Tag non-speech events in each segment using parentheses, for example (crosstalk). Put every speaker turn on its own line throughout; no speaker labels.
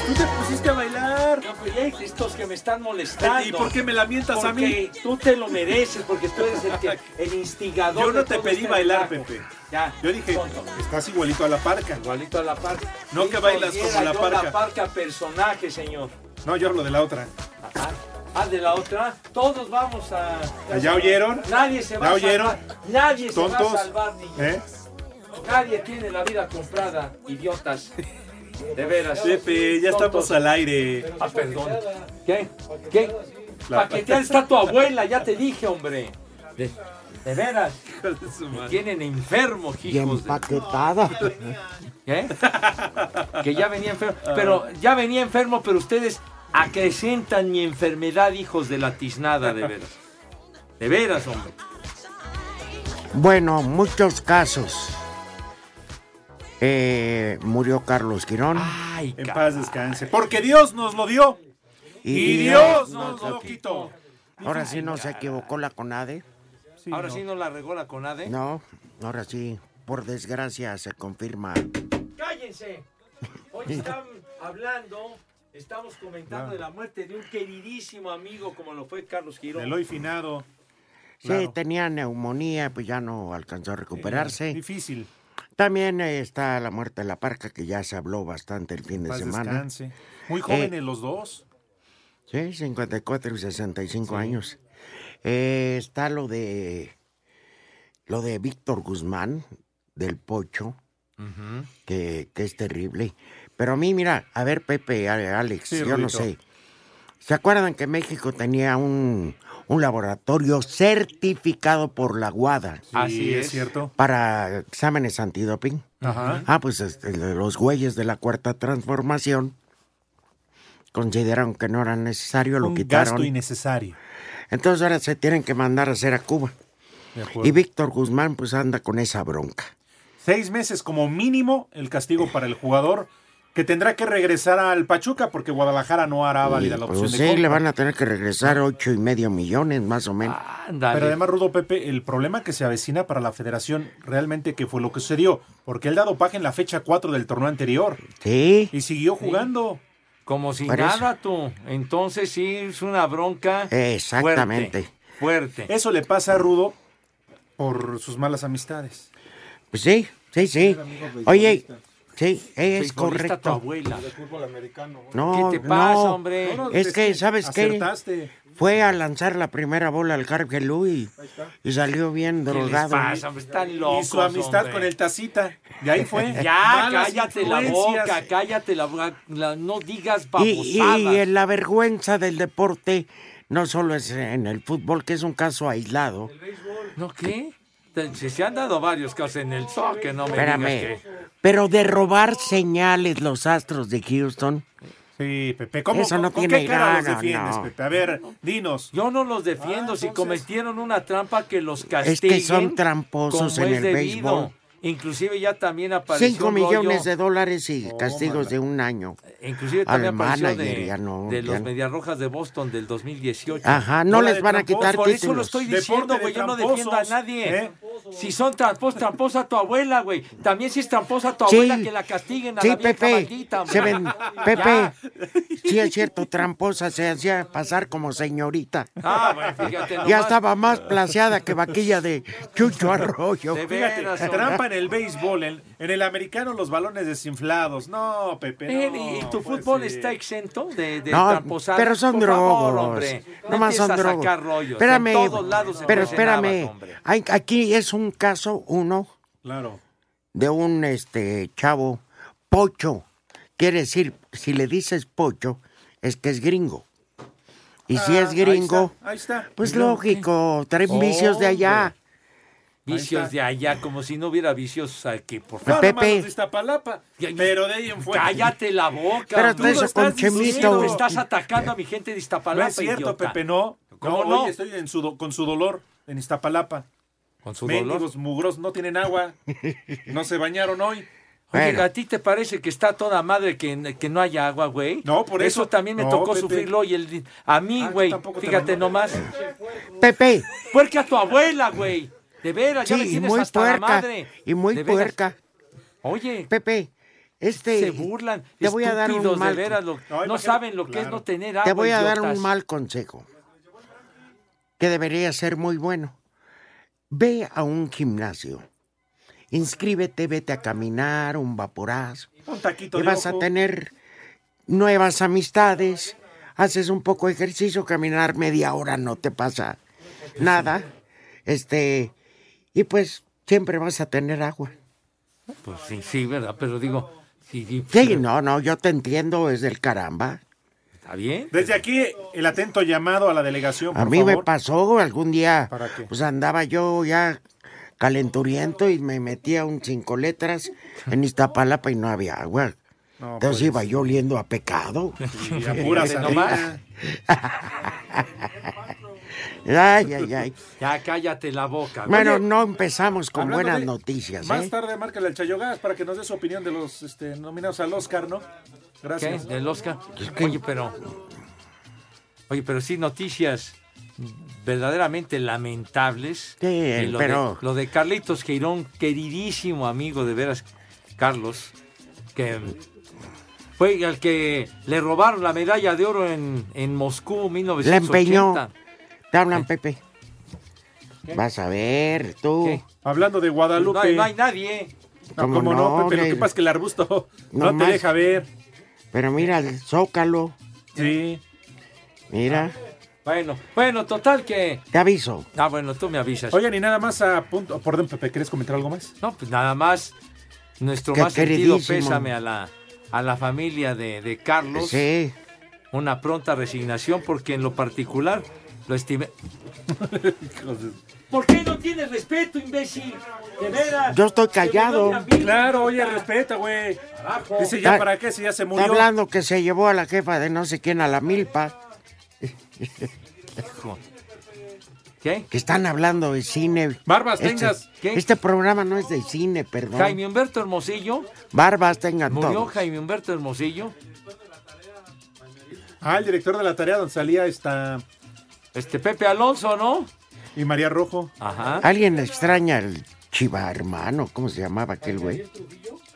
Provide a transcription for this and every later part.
tú te pusiste a bailar.
No, pues, ey, estos que me están molestando.
¿Y por qué me lamientas
Porque
a mí?
tú te lo mereces, porque tú eres el, que, el instigador.
Yo no
de
te
todo
pedí
este
bailar,
relajo.
Pepe.
Ya.
Yo dije,
tonto.
estás igualito a la parca.
Igualito a la parca.
No que
Dijo,
bailas
y era
como la
yo
parca.
la parca personaje, señor.
No, yo hablo de la otra.
Ah, ah, de la otra. Todos vamos a.
¿Ya oyeron?
Nadie se va
¿Ya
a
oyeron?
salvar. Nadie se
Tontos.
va a salvar, niños.
¿Eh?
Nadie tiene la vida comprada, idiotas. De veras.
Pepe, ya estamos
Tontos.
al aire.
Ah, perdón. ¿Qué? ¿Qué?
La-
Paqueteada está tu abuela, ya te dije, hombre. De, de veras. Me tienen enfermo,
Y
hijos. de-
empaquetada.
¿Qué? Que ya venía enfermo. Pero ya venía enfermo, pero ustedes acrecentan mi enfermedad, hijos de la tiznada, de veras. De veras, hombre.
Bueno, muchos casos. Eh, murió Carlos Quirón.
Ay,
En
ca-
paz descanse. Porque Dios nos lo dio. Y Dios nos lo quitó.
Ahora sí no se equivocó la CONADE.
Ahora sí no la regó la conade.
No, ahora sí, por desgracia se confirma.
¡Cállense! Hoy están hablando, estamos comentando de la muerte de un queridísimo amigo como lo fue Carlos Girón.
Del hoy finado.
Sí,
Claro.
tenía neumonía, pues ya no alcanzó a recuperarse.
Difícil.
También eh, está la muerte de la parca, que ya se habló bastante el fin de
Paz
semana. Eh,
descanse. Muy jóvenes los dos.
Sí, 54 y 65 años. Eh, está lo de lo de Víctor Guzmán, del Pocho, que, que es terrible. Pero a mí, mira, a ver, Pepe, a- Alex,
Sí,
yo
Rudito.
no sé. ¿Se acuerdan que México tenía un, un laboratorio certificado por la WADA
Así
Sí,
es.
cierto.
para exámenes antidoping?
Ajá.
Ah, pues este, los güeyes de la cuarta transformación consideraron que no era necesario, lo
Un gasto
quitaron.
innecesario.
Entonces ahora se tienen que mandar a hacer a Cuba.
De acuerdo.
Y Víctor Guzmán pues anda con esa bronca.
Seis meses como mínimo el castigo para el jugador que tendrá que regresar al Pachuca porque Guadalajara no hará válida la
Y, pues,
opción de
sí,
compra.
le van a tener que regresar ocho y medio millones más o
Ah.
menos.
Ándale.
Pero además, Rudo Pepe, el problema que se avecina para la federación realmente que fue lo que sucedió, porque él dado paja en la fecha 4 del torneo anterior
Sí,
y siguió jugando.
Como si
Por eso.
nada tú. Entonces sí es una bronca.
Exactamente.
Fuerte. fuerte.
Eso le pasa a Rudo por sus malas amistades.
pues sí, sí, sí. Oye, Sí, es
Beisbolista tu
correcto.
abuela.
fútbol americano.
No,
¿Qué te pasa,
no.
hombre? Este,
No, no,
Es que, ¿sabes qué?
acertaste.
Fue a lanzar la primera bola al Cargelú y, y salió bien
¿Qué les
drogado.
pasa, hombre? Están
Y
locos,
su amistad
hombre.
con el Tacita. De ahí fue.
(laughs) Ya,
Malas
cállate la
influencias.
boca, cállate la boca. la- no digas
Y, y-
babosadas.
y en la vergüenza del deporte, no solo es en el fútbol, que es un caso aislado.
¿No qué? Te- Se, se han dado varios casos en el soccer, no me
Espérame.
digas
Pero de robar señales los astros de Houston,
Sí, Pepe. ¿Cómo,
Eso no
con
tiene
qué cara los
grano,
defiendes,
no.
Pepe? A ver, dinos.
que... Yo no los defiendo.
Ah,
si
entonces-
cometieron una trampa, que los castiguen.
Es que son tramposos
como
en
es
el
debido.
béisbol.
Inclusive ya también apareció
5
un rollo-
millones de dólares y castigos de un año.
Inclusive
al
también apareció
manager,
de,
ya no,
de los
ya.
Mediarrojas de Boston del 2018.
Ajá, no
Bola
les
de
van a quitar
Por eso lo
títulos.
estoy
Deporte
diciendo,
de
güey. Yo no
tramposos,
defiendo a nadie.
¿eh?
Si son tramposos, tramposa tu abuela, güey. También si es tramposa tu
Sí.
abuela, que la castiguen a
Sí,
la vieja
Pepe.
maldita,
se
güey.
ven,
(laughs) Ya.
Pepe, sí es cierto, tramposa, se hacía pasar como señorita.
Ah, güey, fíjate nomás.
Ya estaba más plaseada que vaquilla de Chucho Arroyo.
De
Fíjate,
veras, hombre.
trampa en el béisbol. En, en el americano, los balones desinflados. No, Pepe.
Ven,
no,
¿Y y tu
pues
fútbol
sí.
está exento de, de
No,
tramposadas?
pero son
Por favor,
drogos.
hombre.
No más son
empieces a
drogos.
sacar rollos.
Espérame.
En todos lados se
pero
cuestionaban,
espérame.
hombre.
Hay- aquí es un caso uno
Claro.
de un este chavo pocho. Quiere decir, si le dices pocho, es que es gringo. Y si
Ah,
es gringo,
Ahí está. ahí está.
pues lógico, traen vicios de allá.
Vicios de allá, como si no hubiera vicios aquí, por
No,
favor.
Pepe.
nomás los de Iztapalapa,
Ya, ya.
pero de ahí en fuera.
Cállate la boca.
Pero
hombre.
tú eso con Chemito.
Me estás atacando a mi gente de Iztapalapa,
No es cierto,
idiota.
Pepe, no.
¿Cómo
no,
no?
hoy estoy en su do- con su dolor en Iztapalapa.
Con su dolor.
Mendigos, mugros, no tienen
(laughs)
agua. No se bañaron hoy.
Oye,
Bueno.
¿a ti te parece que está toda madre que, que no haya agua, güey?
No, por eso.
también me
No,
tocó
Pepe.
sufrirlo y el, a mí,
Ah, tú
güey.
tampoco te
Fíjate
la-
nomás.
Pepe,
Puerca a tu abuela, güey. De veras, ya me
sí, y
tienes
muy
hasta la
puerca.
madre.
Y muy
De veras.
puerca.
Oye,
Pepe, este.
se burlan.
Te voy a dar un
estúpidos,
mal.
de veras, lo-
No,
no,
imagínate,
saben lo que es
claro.
no tener agua,
Te voy a dar un
idiotas.
mal consejo que debería ser muy bueno. Ve a un gimnasio, inscríbete, vete a caminar, un vaporazo,
Un taquito
y
de
vas a
ojo.
tener nuevas amistades, haces un poco de ejercicio, caminar media hora no te pasa nada, este, y pues siempre vas a tener agua.
Pues sí, sí, ¿verdad? Pero digo, sí, sí,
Sí, no, no, yo te entiendo, es del caramba.
¿Está bien?
Desde aquí, el atento llamado a la delegación, por
A mí me
favor.
pasó algún día,
¿Para qué?
pues andaba yo ya calenturiento y me metía un cinco letras en Iztapalapa y no había agua.
No, pues.
Entonces iba yo oliendo a
(laughs)
pecado.
Y a pura sardina.
Fíjate nomás.
Ay, ay, ay.
Ya cállate la boca. güey.
Bueno, no empezamos con
Hablando
buenas
de-
noticias,
Más
¿eh?
tarde, márcale al Chayogas para que nos dé su opinión de los este, nominados al Oscar, ¿no?
¿Qué?
Gracias.
Del Oscar. Oye, pero. Oye, pero sí, noticias verdaderamente lamentables.
Sí,
Y lo
pero-
De, lo de Carlitos Queirón, queridísimo amigo de veras, Carlos, que fue al que le robaron la medalla de oro en, en Moscú
La
1980.
empeñó. Te hablan, Pepe. Vas a ver, tú.
¿Qué?
Hablando de Guadalupe.
No, hay- no hay nadie.
No,
¿Cómo
¿Cómo no,
no,
Pepe? Lo
hombre?
que pasa es que el arbusto
(laughs) No
no,
más.
te deja ver.
Pero mira el zócalo.
Sí. Ah.
Mira,
Bueno, bueno, total que.
te aviso.
Ah, bueno, tú me avisas.
Oigan, y nada más a punto. oh, Perdón, Pepe, ¿quieres comentar algo más?
No, pues nada más. Nuestro
Qué
más sentido
queridísimo.
pésame a la, a la familia de, de Carlos.
Sí.
Una pronta resignación, porque en lo particular lo estimé. (laughs) ¿Por qué no tienes respeto, imbécil? De veras.
Yo estoy callado.
Se volvió mi amigo.
Claro, oye, respeta, güey.
Carajo.
Dice ya
Está-
para qué si ya se
Está
murió.
hablando que se llevó a la jefa de no sé quién a la milpa.
¿Qué?
Que están hablando de cine.
Barbas,
Este-
tengas.
¿Qué?
Este programa no es de cine, perdón.
Jaime Humberto Hermosillo.
Barbas tengan
Murió
todos.
Jaime Humberto Hermosillo.
Ah, el director de la tarea donde salía está.
Este Pepe Alonso, ¿no?
Y María Rojo.
Ajá.
¿Alguien extraña al Chiva hermano? ¿Cómo se llamaba aquel güey?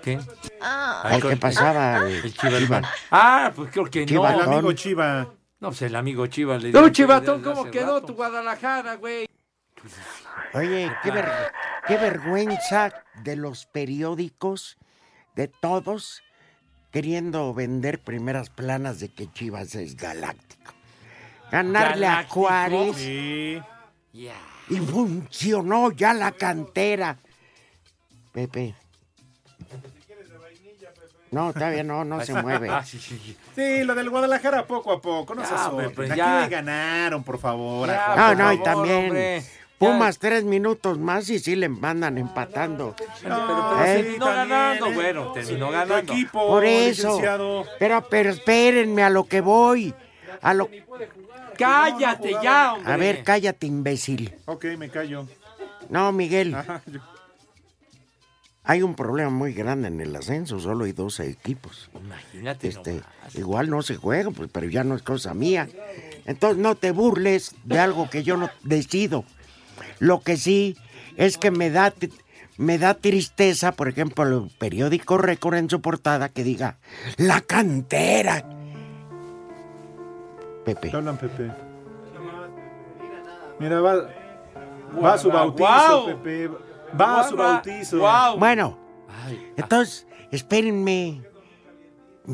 ¿Qué?
Al que pasaba eh, al-
El Chiva hermano. Ah, pues creo que
Chiva
no.
El amigo
Don.
Chiva.
No, pues el amigo Chiva le
No,
dio-
Chivatón,
desde
¿cómo
hace
quedó
rato.
tu Guadalajara, güey?
Oye, qué, ver- qué vergüenza de los periódicos de todos queriendo vender primeras planas de que Chivas es galáctico. Ganarle a
¿Galáctico?
Juárez
Sí.
(laughs) y funcionó ya la cantera. Pepe. No, todavía no, no se
(laughs)
mueve.
Ah, sí, sí, sí.
Sí, lo del Guadalajara poco a poco, no
Ya,
se asomen.
hombre,
Aquí
ya.
le ganaron, pues por favor.
Ya,
a-
No,
por
no, y
favor,
también
Ah, pues, hombre. Ya-
Pumas tres minutos más y sí le mandan empatando.
Pero,
No,
pero
¿Eh?
terminó
también,
ganando,
¿eh?
bueno, terminó
Tu
ganando.
equipo,
Por eso.
licenciado.
Pero, pero espérenme a lo que voy. A, lo...
Cállate
No, no
ya,
jugaba.
hombre.
a ver, cállate, imbécil.
Ok, me callo.
No, Miguel,
Ajá, yo-
hay un problema muy grande en el ascenso. Solo hay 12 equipos.
Imagínate.
Este,
nomás.
igual no se juega, pues, pero ya no es cosa mía. Entonces no te burles de algo que yo no decido. Lo que sí es que me da, t- me da tristeza, por ejemplo, el periódico Récord en su portada que diga, la cantera. Pepe,
Te hablan, Pepe. Mira, va, va a su
Guau,
bautizo,
guau.
Pepe. Va a su
Guau,
bautizo.
guau.
bueno,
Ay,
entonces espérenme.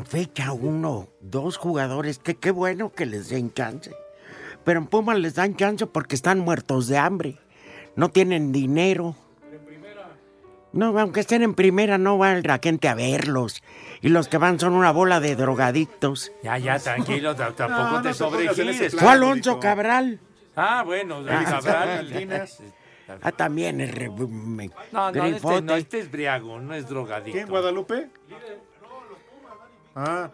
Fecha uno, dos jugadores, que qué bueno que les den chance. Pero en Pumas les dan chance porque están muertos de hambre. No tienen dinero. No, aunque estén en primera, no va la gente a verlos. Y los que van son una bola de drogadictos.
ya, ya, tranquilo, ta-
No,
tampoco
no
te
te pongas en ese
sobregires.
plan.
Fue Alonso
Dico.
Cabral.
Ah, bueno, el Cabral.
Malvinas.
Ah, también es re- me-
No, no, este,
grifote.
no, este es briago, no es drogadicto.
¿Quién, Guadalupe? Ah,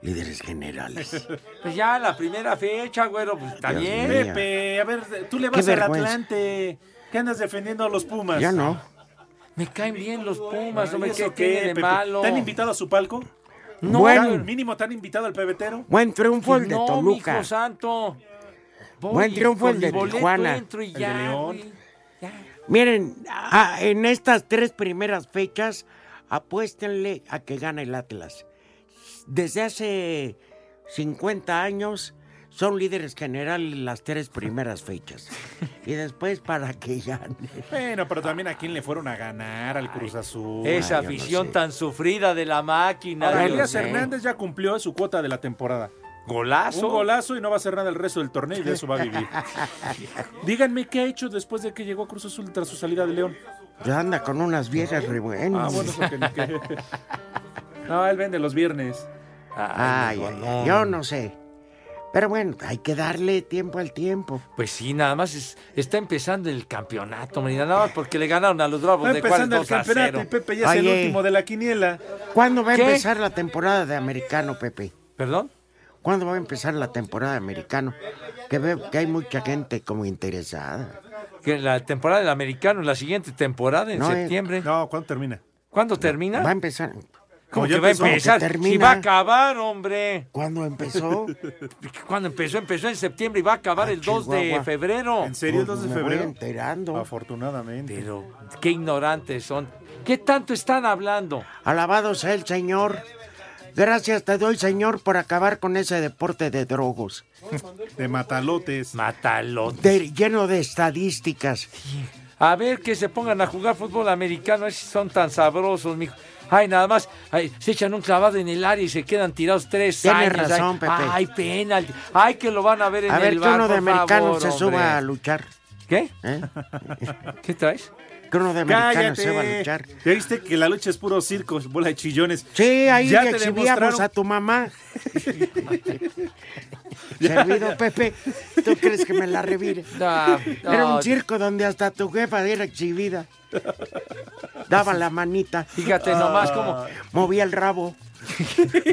Líderes
(laughs)
generales.
Pues ya, la primera fecha, güero, pues está
Dios
bien.
mío.
Pepe, a ver, tú le
Qué
vas al
vergüenza.
Atlante. ¿Qué andas defendiendo a los Pumas?
Yo no.
Me caen bien los
Ay,
Pumas, no me
Ah, ¿eso
qué
qué,
tiene de
Pepe?
malo.
¿Te han invitado a su palco?
No,
Bueno.
güero.
Mínimo, ¿te han invitado al pebetero?
Buen triunfo el de
no,
Toluca.
mijo santo. Voy
Buen triunfo el
con
de
mi boleto,
Tijuana.
entro y
de
ya,
León.
güey. Ya.
Miren, a- en estas tres primeras fechas, apuéstenle a que gana el Atlas. Desde hace 50 años son líderes generales las tres primeras fechas. Y después para que gane.
Bueno, pero también a quién le fueron a ganar, al Cruz Azul.
Esa
yo no
afición
sé.
tan sufrida de la máquina.
Ahora,
Dios
Elías
mío.
Hernández ya cumplió su cuota de la temporada.
Golazo.
Un golazo y no va a hacer nada el resto del torneo y de eso va a (laughs) vivir. Díganme qué ha hecho después de que llegó a Cruz Azul tras su salida de León.
Ya anda con unas viejas re
Ah,
buenas.
bueno, eso que ni (laughs) qué. No, él vende los viernes.
Ay,
mijo,
ay, ay, yo no sé. Pero bueno, hay que darle tiempo al tiempo.
Pues sí, nada más es- está empezando el campeonato, Marina. Nada más porque le ganaron a los Bravos
Está
de Juárez
empezando el
2 a
campeonato y
0.
Pepe ya es el
Oye.
último de la quiniela.
¿Cuándo va a
¿Qué?
empezar la temporada de americano, Pepe?
¿Perdón?
¿Cuándo va a empezar la temporada de americano? Que veo que hay mucha gente como interesada.
Que la temporada del americano, la siguiente temporada, en
No, eh,
septiembre.
No, ¿cuándo termina?
¿Cuándo termina?
Va a empezar.
¿Cómo
No, ya
que va a
empezó.
empezar?
Que termina.
Si va a acabar, hombre.
¿Cuándo empezó? (laughs)
Cuando empezó, empezó en septiembre y va a acabar
Ah,
el 2 de
Chihuahua.
febrero.
¿En serio el
Pues
2 de
me
febrero?
Voy enterando.
Afortunadamente.
Pero qué ignorantes son. ¿Qué tanto están hablando?
Alabado sea el Señor. Gracias te doy, Señor, por acabar con ese deporte de drogos.
De matalotes.
Matalote.
De- lleno de estadísticas.
A ver que se pongan a jugar fútbol americano, a ver si son tan sabrosos, mijo. Ay, nada más, ay, se echan un clavado en el área y se quedan tirados tres
Tienes
años.
razón,
ay,
Pepe.
Ay, penalti. Ay, que lo van a ver en
A ver
el
que
bar,
uno de
por
americano
favor,
se
hombre.
suba a luchar.
¿Qué?
¿eh?
¿Qué traes?
Que uno de americano se va a
¡Cállate!
luchar.
Ya viste que la lucha es puro circo, bola de chillones.
Sí, ahí
Ya
le
te
exhibíamos
demostraron-
a tu
(laughs)
mamá. Servido, Pepe. ¿Tú crees que me la revire?
No,
Era
no,
un circo donde hasta tu jefa era exhibida. Daba la manita,
Fíjate nomás cómo.
movía el rabo,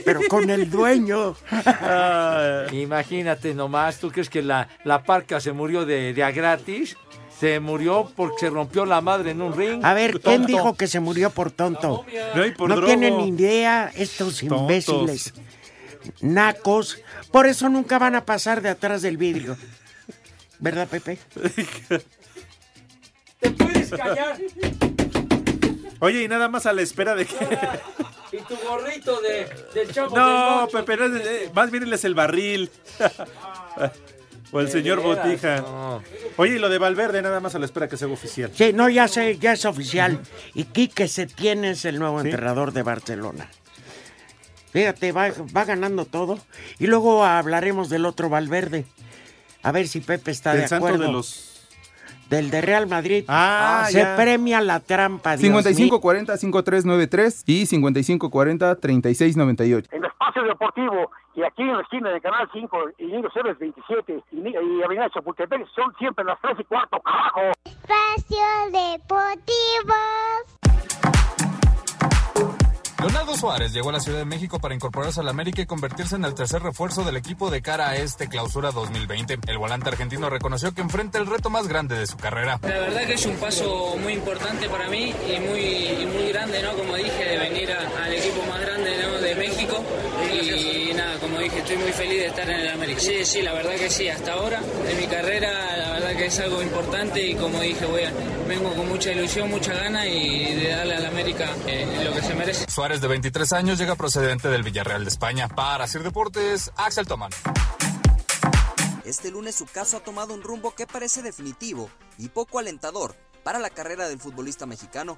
pero con el dueño. Ah.
Imagínate nomás, ¿tú crees que la, la parca se murió de, de a gratis? Se murió porque se rompió la madre en un ring.
A ver, ¿quién
Tonto.
dijo que se murió por tonto?
No, y por
no
drogo.
tienen idea estos imbéciles. Nacos. Por eso nunca van a pasar de atrás del vidrio. ¿Verdad, Pepe?
¿Te puedes callar?
Oye, y nada más a la espera de que.
(laughs)
Y tu gorrito de, del chavo
No,
del Ocho.
Pepe, no es- eh, más bien él es el barril. (laughs) O el
De
señor
veras,
Botija.
no.
Oye, y lo de Valverde, nada más a la espera que se haga oficial.
Sí, no, ya sé, ya es oficial. Y Quique Setién es el nuevo entrenador de Barcelona. Fíjate, va, va ganando todo. Y luego hablaremos del otro Valverde. A ver si Pepe está
El
de
santo
acuerdo.
de los.
Del de Real Madrid.
Ah,
Se
ya.
premia la trampa. Dios
5540-5393 y 5540-3698.
En el espacio deportivo y aquí en la esquina de Canal 5 y Niño Ceres 27 y, Ni- y Avenida Chapultepec son siempre las 3 y cuarto, carajo.
Espacio Deportivo.
Leonardo Suárez llegó a la Ciudad de México para incorporarse al América y convertirse en el tercer refuerzo del equipo de cara a este clausura 2020. El volante argentino reconoció que enfrenta el reto más grande de su carrera.
La verdad que es un paso muy importante para mí y muy, y muy grande, ¿no? Como dije, de venir a- al equipo más grande ¿no? de México. Y nada, como dije, estoy muy feliz de estar en el América. Sí, sí, la verdad que sí, hasta ahora en mi carrera la verdad que es algo importante y como dije, voy a, vengo con mucha ilusión, mucha gana y de darle al América eh, lo que se merece.
Suárez, de 23 años, llega procedente del Villarreal de España. Para Sir Deportes, Axel Tomán.
Este lunes su caso ha tomado un rumbo que parece definitivo y poco alentador para la carrera del futbolista mexicano.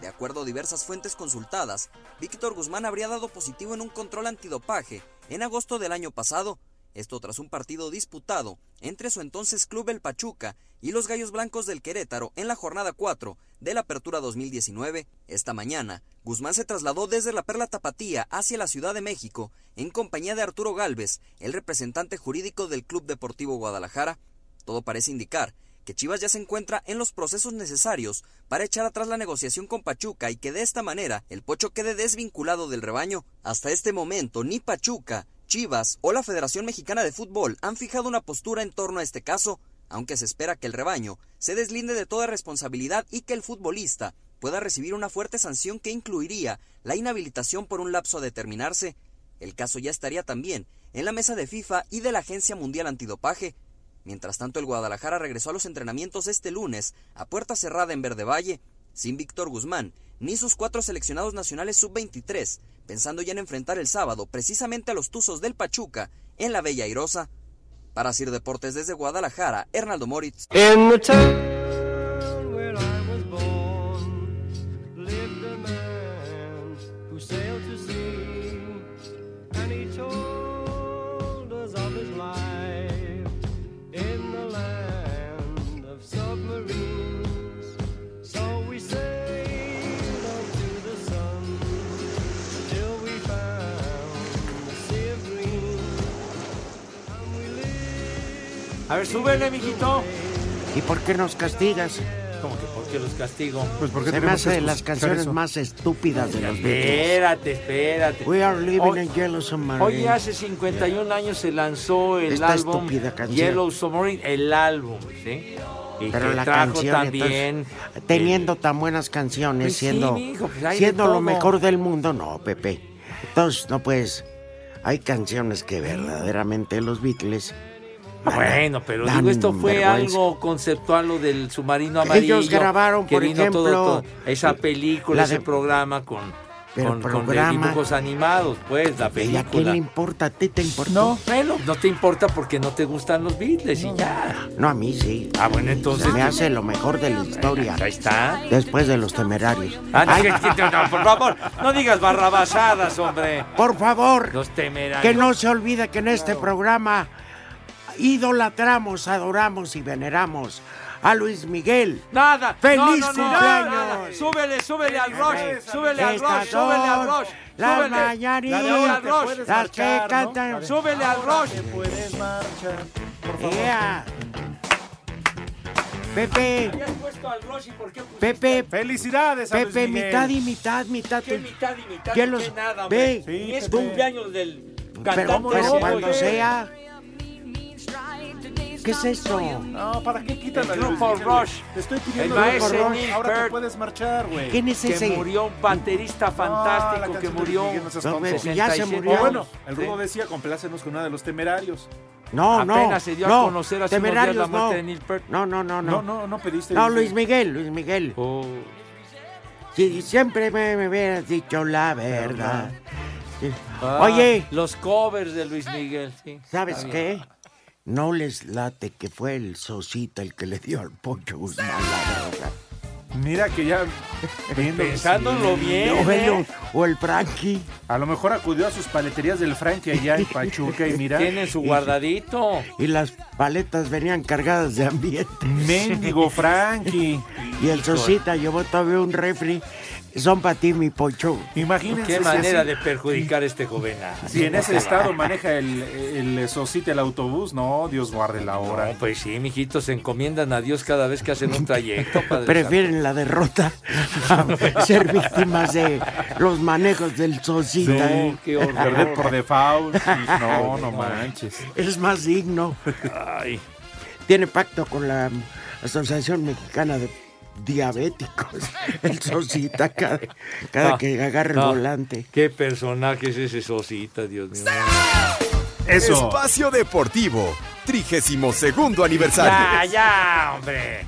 De acuerdo a diversas fuentes consultadas, Víctor Guzmán habría dado positivo en un control antidopaje en agosto del año pasado, esto tras un partido disputado entre su entonces club El Pachuca y los Gallos Blancos del Querétaro en la jornada 4 de la Apertura 2019. Esta mañana, Guzmán se trasladó desde la Perla Tapatía hacia la Ciudad de México en compañía de Arturo Galvez, el representante jurídico del Club Deportivo Guadalajara. Todo parece indicar que Chivas ya se encuentra en los procesos necesarios para echar atrás la negociación con Pachuca y que de esta manera el Pocho quede desvinculado del rebaño. Hasta este momento ni Pachuca, Chivas o la Federación Mexicana de Fútbol han fijado una postura en torno a este caso, aunque se espera que el rebaño se deslinde de toda responsabilidad y que el futbolista pueda recibir una fuerte sanción que incluiría la inhabilitación por un lapso a determinarse. El caso ya estaría también en la mesa de FIFA y de la Agencia Mundial Antidopaje, Mientras tanto, el Guadalajara regresó a los entrenamientos este lunes a puerta cerrada en Verde Valle, sin Víctor Guzmán ni sus cuatro seleccionados nacionales sub-23, pensando ya en enfrentar el sábado precisamente a los Tuzos del Pachuca en la Bella Airosa. Para Sir Deportes desde Guadalajara, Hernaldo Moritz.
A ver, súbele, mijito.
mío. ¿Y por qué nos castigas?
Como que porque los castigo.
Pues porque
Se me hace de las canciones más estúpidas de los Beatles.
Espérate, espérate.
We are living
Hoy-
in Yellow Submarine.
Hoy hace 51 años se lanzó el
Esta
álbum
estúpida canción.
Yellow Submarine, el álbum, ¿sí? Y
Pero
que
la
trajo
canción
también eh,
entonces, teniendo tan buenas canciones,
Pues sí,
siendo,
mijo, pues hay de
siendo
todo.
lo mejor del mundo, no, Pepe. Entonces, no pues, hay canciones que verdaderamente los Beatles.
Bueno, pero
Dan
digo, esto fue
vergüenza.
algo conceptual, lo del submarino amarillo.
Ellos grabaron,
que
por
vino todo-
ejemplo,
todo- esa película,
la
ese
de-
programa con,
Pero
con, con
programa-
dibujos animados, pues, la
¿Y a quién le
película.
importa? ¿A ti te importa?
No, bueno, no te importa porque no te gustan los Beatles y ya.
No, a mí sí.
Ah, bueno, entonces-
Se me hace lo mejor de la historia.
Ahí está.
Después de los temerarios.
Ah, no,
Ay,
que- que- no, por favor, no digas barrabasadas, hombre.
por favor.
Los temerarios.
Que no se olvide que en este programa idolatramos, adoramos y veneramos a Luis Miguel.
Nada.
¡Feliz
no, no, no,
cumpleaños!
nada. Súbele, súbele al Rush, súbele al
Estas
Rush, súbele al
son
Rush.
las
súbele.
mañanitas.
Súbele al Rush.
Las que cantan.
Súbele al Rush.
¡Ea! Pepe,
¿Qué has puesto al Rush y por qué pusiste
Pepe,
Felicidades, a Luis
Pepe,
Miguel.
mitad y mitad, mitad.
qué
tú-
mitad y mitad?
Ya
¿Qué
los-
nada,
ve.
hombre?
Sí,
es
Pepe.
cumpleaños del
Pero,
cantante.
pero
ese,
pues, cuando
oye.
sea. ¿Qué es eso?
No, ¿para qué quitan
El
a Luis
grupo
Miguel?
Rush.
Te estoy pidiendo
El
el
maestro
grupo Rush.
Nick
Ahora
Bird.
te puedes marchar, güey.
¿Quién es
Que
ese?
murió un baterista
No,
fantástico
la
que
canción de
murió.
Luis Miguel no seas
No,
tonto.
me- ya se
67
murió.
O bueno, el
Sí.
Rudo decía, complácenos con una de los temerarios.
No, no.
Apenas se dio a
no,
conocer hace unos días
temerarios,
la muerte
no.
de Neil Peart.
No, no, no,
No,
no.
no, no pediste.
No, Luis Miguel, Luis Miguel.
Oh.
Si siempre me, me hubieras dicho la verdad. Sí. Oye,
Los Ah, covers de Luis Miguel, sí.
¿sabes
Está bien.
qué? No les late que fue el Sosita el que le dio al Pocho Guzmán la droga.
Mira que
(laughs)
ya.
Pensándolo bien, No, ¿eh? bueno, O el Frankie.
A lo mejor acudió a sus paleterías del Frankie allá en
(laughs)
Pachuca y mira.
Tiene su guardadito.
Y las paletas venían cargadas de ambiente.
Mendigo Frankie.
(laughs) y el Sosita llevó todavía un refri. Son para ti, mi Pocho.
Imagínense
Qué
si
manera
así-
de perjudicar a este joven.
Si
(laughs)
en ese estado maneja el, el Sosita el autobús, no, Dios guarde la hora.
pues sí, mijitos, se encomiendan a Dios cada vez que hacen un trayecto. padre
Prefieren la derrota a
(laughs)
ser víctimas de los manejos del Sosita. ¿eh?
Perder por
(laughs)
default. sí, No, no manches.
Es más digno. Tiene pacto con la Asociación Mexicana de Diabéticos. El Sosita cada, cada
Ah,
que agarra el
no.
volante.
Qué personaje es ese Sosita, Dios mío.
Espacio Deportivo, 32 aniversario.
Ya, ya, hombre.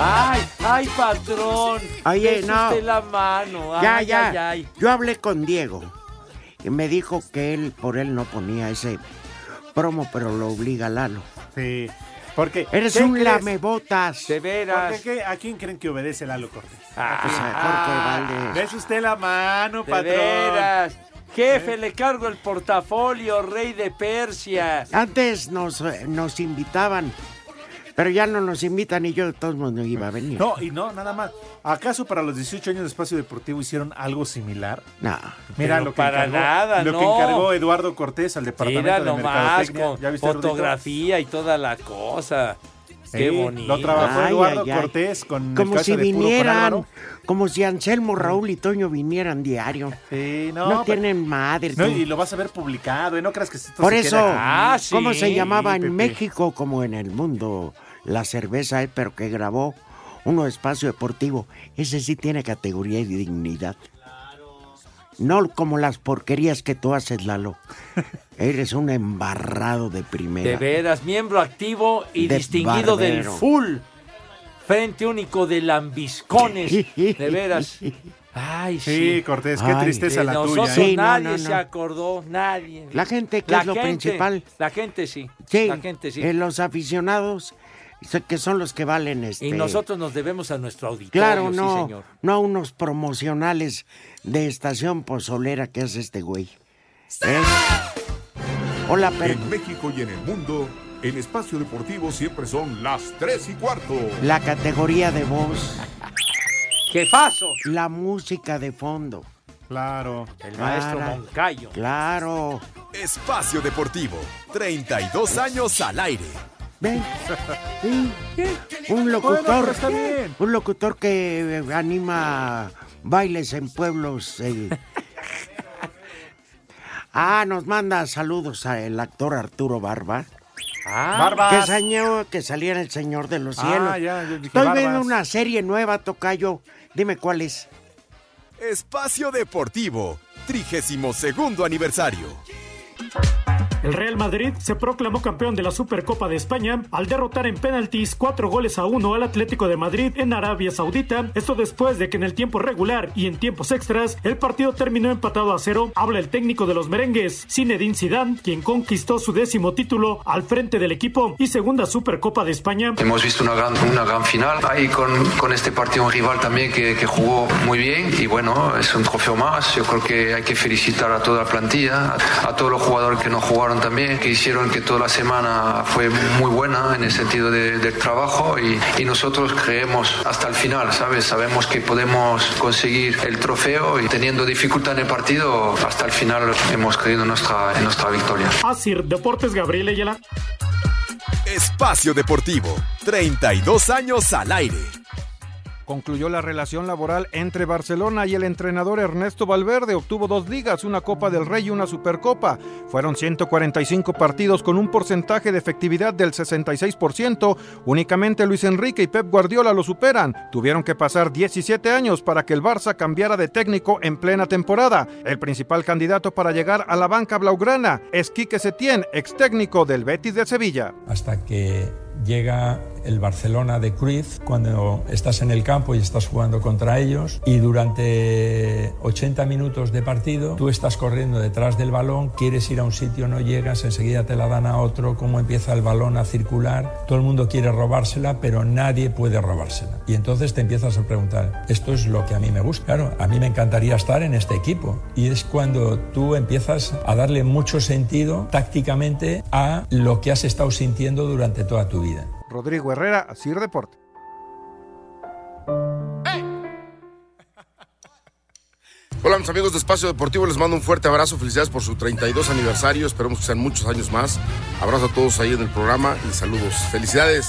Ay, ay, patrón.
Oye,
Besa
no.
usted la mano.
ya,
Ay,
ya.
ay, ay.
Yo hablé con Diego y me dijo que él por él no ponía ese promo, pero lo obliga Lalo.
Sí. Porque.
Eres
¿qué
un
crees?
lamebotas.
De
Porque, ¿qué- ¿A quién creen que obedece Lalo Cortés?
pues a Jorge Valdés.
Ah, ¿Ves usted la mano,
De
patrón?
veras.
¿Eh?
Jefe, le cargo el portafolio, rey de Persia.
Antes nos, eh, nos invitaban, pero ya no nos invitan y yo de todos modos no iba a venir.
No, y no, nada más. ¿Acaso para los 18 años de Espacio Deportivo hicieron algo similar?
No.
Mira
Pero
lo que
para
encargó,
nada,
lo que
no.
encargó Eduardo Cortés al departamento
Mira
de
nomás,
mercadotecnia.
con
¿Ya viste, Rudito?
fotografía y toda la cosa. Qué
Sí,
bonito.
Lo trabajó
Ay,
Eduardo
ay, ay.
Cortés con el
Como
caso
si
de Puro con
vinieran,
Álvaro.
como si Anselmo, Raúl y Toño vinieran diario.
Sí,
no,
no, pero-
tienen madre.
No,
tú.
y lo vas a ver publicado, ¿eh? No creas que esto
Por
se
eso,
queda aquí.
¿cómo se llamaba en
Pepe.
México como en el mundo la cerveza, eh, pero que grabó uno espacio deportivo? Ese sí tiene categoría y dignidad. No como las porquerías que tú haces, Lalo. Eres un embarrado de primera.
De veras, miembro activo y
De
distinguido del
barbero.
full. Frente único de lambiscones. De veras. Ay, sí.
Sí, Cortés, qué
Ay.
tristeza
De
la
nosotros
tuya. ¿eh?
Sí, no,
nadie
no,
se
no.
acordó, nadie.
La gente, que
La
es lo
gente,
principal.
La gente sí.
Sí,
La gente sí.
eh, los aficionados sé que son los que valen este.
Y nosotros nos debemos a nuestro auditorio,
Claro,
sí,
no,
señor.
no a unos promocionales de estación pozolera que hace este güey. ¿Eh? Hola, pero
En México y en el mundo, en espacio deportivo siempre son las 3 y cuarto.
la categoría de voz.
¡Jefazo!
La música de fondo.
Claro.
El
maestro
Moncayo.
Claro.
Espacio Deportivo, 32 años al aire. (laughs)
Ven. Sí. Un
Bueno,
locutor.
pero está bien.
Un locutor que eh, anima bailes en pueblos.
(laughs)
eh. Ah, nos manda saludos al actor Arturo Barba.
Ah.
Que,
Barbas.
sañó que salía en El Señor de los
Ah,
Cielos.
ya, yo dije,
Estoy viendo
Barbas.
una serie nueva, Tocayo. Dime cuál es.
Espacio Deportivo, 32 aniversario.
El Real Madrid se proclamó campeón de la Supercopa de España al derrotar en penaltis cuatro goles a uno al Atlético de Madrid en Arabia Saudita. Esto después de que en el tiempo regular y en tiempos extras el partido terminó empatado a cero. Habla el técnico de los merengues, Zinedine Zidane, quien conquistó su décimo título al frente del equipo y segunda Supercopa de España.
Hemos visto una gran, una gran final. Ahí con, con este partido un rival también que, que jugó muy bien y bueno, es un trofeo más. Yo creo que hay que felicitar a toda la plantilla, a, a todos los jugadores que nos jugaron también, que hicieron que toda la semana fue muy buena en el sentido de- del trabajo y, y nosotros creemos hasta el final, ¿sabes? Sabemos que podemos conseguir el trofeo y teniendo dificultad en el partido, hasta el final hemos creído en nuestra, en nuestra victoria.
Asir Deportes Gabriel Ayala.
Espacio Deportivo, 32 años al aire.
Concluyó la relación laboral entre Barcelona y el entrenador Ernesto Valverde. Obtuvo dos ligas, una Copa del Rey y una Supercopa. Fueron 145 partidos con un porcentaje de efectividad del 66%. Únicamente Luis Enrique y Pep Guardiola lo superan. Tuvieron que pasar 17 años para que el Barça cambiara de técnico en plena temporada. El principal candidato para llegar a la banca blaugrana es Quique Setién, ex técnico del Betis de Sevilla.
hasta que llega el Barcelona de Cruyff cuando estás en el campo y estás jugando contra ellos y durante 80 minutos de partido tú estás corriendo detrás del balón, quieres ir a un sitio, no llegas, enseguida te la dan a otro, cómo empieza el balón a circular, todo el mundo quiere robársela pero nadie puede robársela. Y entonces te empiezas a preguntar, esto es lo que a mí me gusta, claro, a mí me encantaría estar en este equipo y es cuando tú empiezas a darle mucho sentido tácticamente a lo que has estado sintiendo durante toda tu vida.
Rodrigo Herrera, Asir Deporte.
Hola mis amigos de Espacio Deportivo, les mando un fuerte abrazo, felicidades por su 32 aniversario, esperemos que sean muchos años más. Abrazo a todos ahí en el programa y saludos. Felicidades.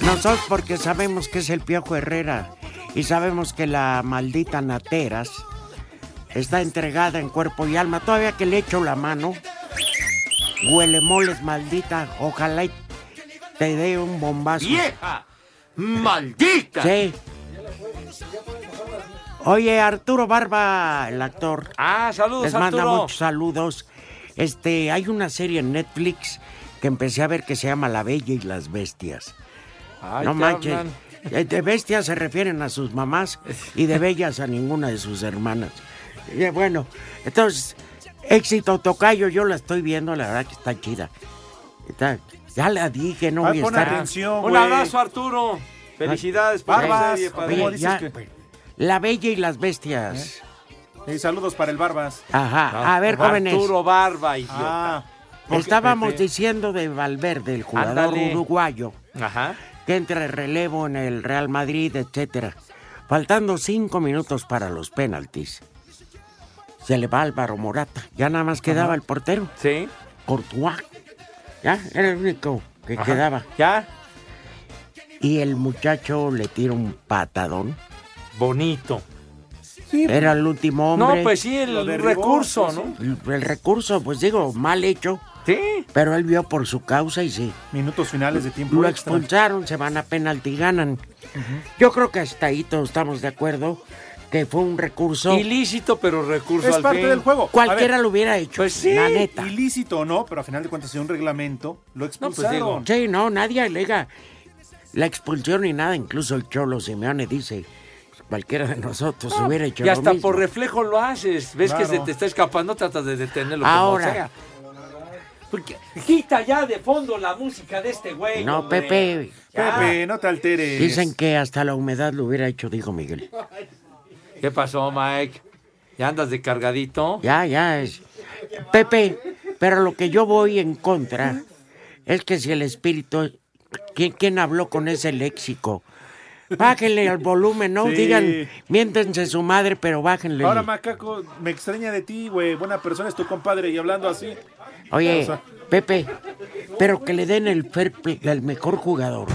Nosotros porque sabemos que es el Piojo Herrera y sabemos que la maldita Nateras está entregada en cuerpo y alma. Todavía que le echo la mano, huele moles maldita. Ojalá y te dé un bombazo.
¡Vieja! ¡Maldita!
Sí. Oye, Arturo Barba, el actor.
Ah, saludos,
Les manda
Arturo.
muchos saludos. Este, hay una serie en Netflix que empecé a ver que se llama La Bella y las Bestias.
Ay,
no
te
manches.
hablan.
Eh, De bestias se refieren a sus
(laughs)
mamás y de bellas a ninguna de sus hermanas. Y, eh, bueno, entonces, éxito tocayo, yo la estoy viendo, la verdad que está chida. Está- ya la dije, no voy a estar.
Un abrazo, Arturo. Felicidades por la
Barbas,
serie, padre.
oye, ya. La Bella y las Bestias.
Y saludos para el Barbas.
Ajá, a ver, jóvenes.
¿Eh? Arturo Barba, idiota.
Ah, porque-
Estábamos
Pepe.
diciendo de Valverde, el jugador
Ándale.
uruguayo,
Ajá.
que entra en relevo en el Real Madrid, etcétera. Faltando cinco minutos para los penaltis. Se le va Álvaro Morata. Ya nada más quedaba el portero.
Sí.
Courtois. Ya, era el único que
Ajá.
quedaba.
Ya.
Y el muchacho le tira un patadón.
Bonito.
Era el último hombre.
No, pues sí, el recurso, ¿no?
El, el recurso, pues digo, mal hecho.
Sí.
Pero él vio por su causa y sí.
Minutos finales de tiempo
Lo
extra.
expulsaron, se van a penalti, ganan. Yo creo que hasta ahí todos estamos de acuerdo que fue un recurso.
Ilícito, pero recurso
Es
al
parte
fin.
del juego.
Cualquiera lo hubiera hecho,
Pues sí.
la neta.
Ilícito o no, pero a final de cuentas, en un reglamento, lo
pues
expulsaron.
Sí, no, nadie alega la expulsión ni nada. Incluso el Cholo Simeone dice, pues, cualquiera de nosotros
Ah,
hubiera hecho
Y
lo
hasta
mismo.
por reflejo lo haces. Ves que
Claro.
se te está escapando, tratas de detenerlo
Ahora.
como sea. Porque quita ya de fondo la música de este güey.
No,
hombre.
Pepe.
Ya.
Pepe, no te alteres.
Dicen que hasta la humedad lo hubiera hecho, dijo Miguel.
¿Qué pasó, Mike? ¿Ya andas de cargadito?
Ya, ya es. Pepe, pero lo que yo voy en contra es que si el espíritu. ¿Quién, quién habló con ese léxico? Bájenle al volumen, no
Sí.
digan, miéntense su madre, pero bájenle.
Ahora, macaco, me extraña de ti, güey. Buena persona es tu compadre y hablando así.
Oye,
O sea,
Pepe, pero que le den el fair play al mejor jugador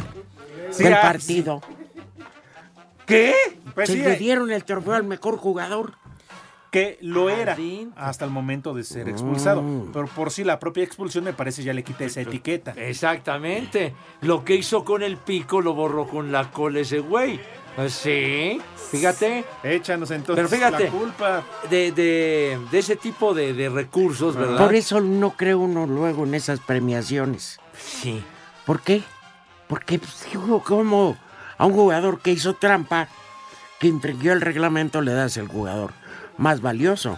Sí,
del
ah,
partido.
¿Qué? Pues
si
sí,
le
eh.
dieron el trofeo al mejor jugador.
que lo era hasta el momento de ser expulsado.
Mm.
Pero por sí, la propia expulsión me parece ya le quita esa etiqueta.
Exactamente. Lo que hizo con el pico lo borró con la cola ese güey. Sí, fíjate.
Échanos entonces
Pero fíjate,
la culpa.
De, de- de ese tipo de, de recursos, ¿verdad?
Por eso no cree uno luego en esas premiaciones.
Sí.
¿Por qué? Porque pues, digo, como a un jugador que hizo trampa, que infringió el reglamento, le das el jugador más valioso.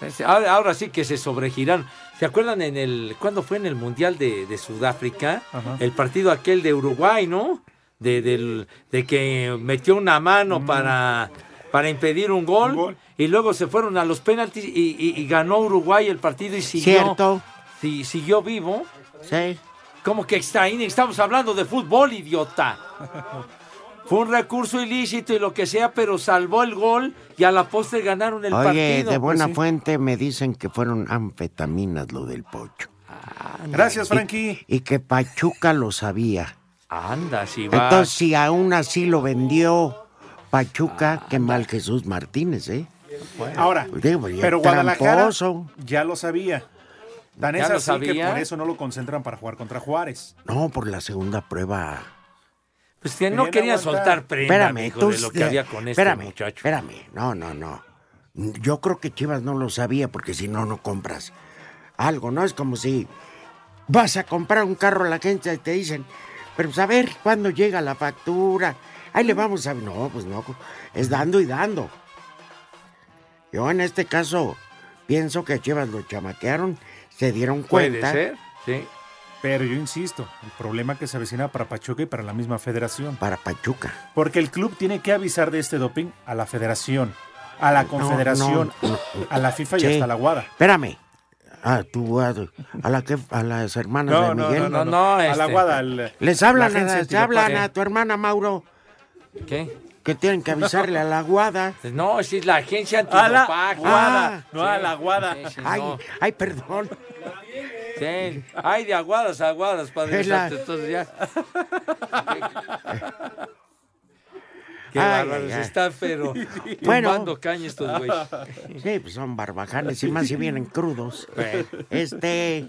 Este, Ahora, ahora sí que se sobregirán. ¿Se acuerdan en el cuándo fue en el Mundial de, de Sudáfrica?
Ajá.
El partido aquel de Uruguay, ¿no? De, del- de que metió una mano para, para impedir Mm. un gol, y luego se fueron a los penaltis y, y- y ganó Uruguay el partido y siguió.
¿Cierto?
si- siguió vivo.
Sí.
Como que extraín, estamos hablando de fútbol, idiota. Fue un recurso ilícito y lo que sea, pero salvó el gol y a la postre ganaron el
Oye,
partido.
de buena
Pues sí.
fuente me dicen que fueron anfetaminas lo del pocho.
Gracias,
Y-
Frankie.
Y, que Pachuca lo sabía.
Anda, si va.
Entonces, si aún así lo vendió Pachuca,
Ah,
qué mal Jesús Martínez, ¿eh?
Ahora,
Digo, pues, ya
pero Guadalajara
tramposo.
ya lo sabía. Tan
Ya
es
lo
así que
sabía.
por eso no lo concentran para jugar contra Juárez.
No, por la segunda prueba.
Pues que no querían soltar prenda, mijo, de lo que había con este
espérame,
muchacho.
Espérame, no, no, no. Yo creo que Chivas no lo sabía porque si no, no compras algo, ¿no? Es como si vas a comprar un carro a la agencia y te dicen, pero pues a ver cuándo llega la factura. Ahí le vamos a... No, pues no, es dando y dando. Yo en este caso pienso que Chivas lo chamaquearon, se dieron cuenta.
sí.
Pero yo insisto, el problema que se avecina para Pachuca y para la misma federación.
Para Pachuca.
Porque el club tiene que avisar de este doping a la federación, a la confederación,
no, no, no.
a la FIFA
Sí.
y hasta la WADA.
Espérame. Ah, tú, a, a la que, a las hermanas
No,
de
no,
Miguel.
no, no, no, a la este. guada, al-
Les
la
hablan, a,
agencia
las-
antidopaje.
hablan a tu hermana Mauro.
¿Qué? Pues
Que tienen que avisarle a la guada.
No, si es la agencia
A la
antidopaje.
Guada,
no a la guada.
Ah, Ay, ay, perdón.
Sí. Ay, de aguadas, a aguadas, Padre
Es la-
Santo,
(laughs)
entonces ya. Qué
Ay,
bárbaros,
ay, ay.
está
(laughs)
pero
Bueno.
tumbando caña estos güeyes.
Sí, pues son barbajanes y más si vienen crudos.
Bueno.
Este.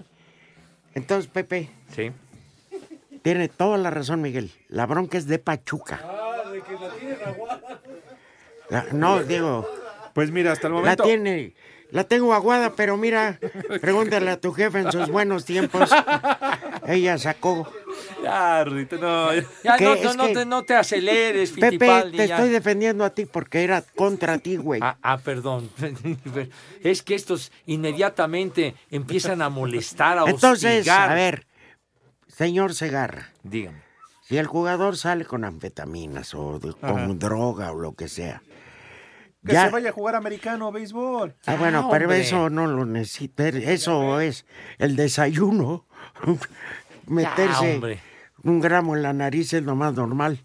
Entonces, Pepe.
Sí.
Tiene toda la razón, Miguel. La bronca es de Pachuca. La- no, digo.
Pues mira, hasta el
La
momento.
tiene. La tengo aguada, pero mira, pregúntale a tu jefe en sus buenos tiempos. Ella sacó.
Ya, Rudito, no.
Ya,
¿Qué?
no,
Es
no, no
que-
te, no te aceleres,
Pepe,
Fittipaldi.
te
ya.
estoy defendiendo a ti porque era contra ti, güey.
Ah, ah, perdón. (laughs) es que estos inmediatamente empiezan a molestar, a
Entonces,
hostigar.
a ver, señor Segarra,
Dígame.
si el jugador sale con anfetaminas o de- con droga o lo que sea,
Que
ya.
se vaya a jugar americano, béisbol.
Ah, bueno, pero eso no lo necesita. Eso es el desayuno. (laughs) Meterse
hombre.
un gramo en la nariz es lo más normal.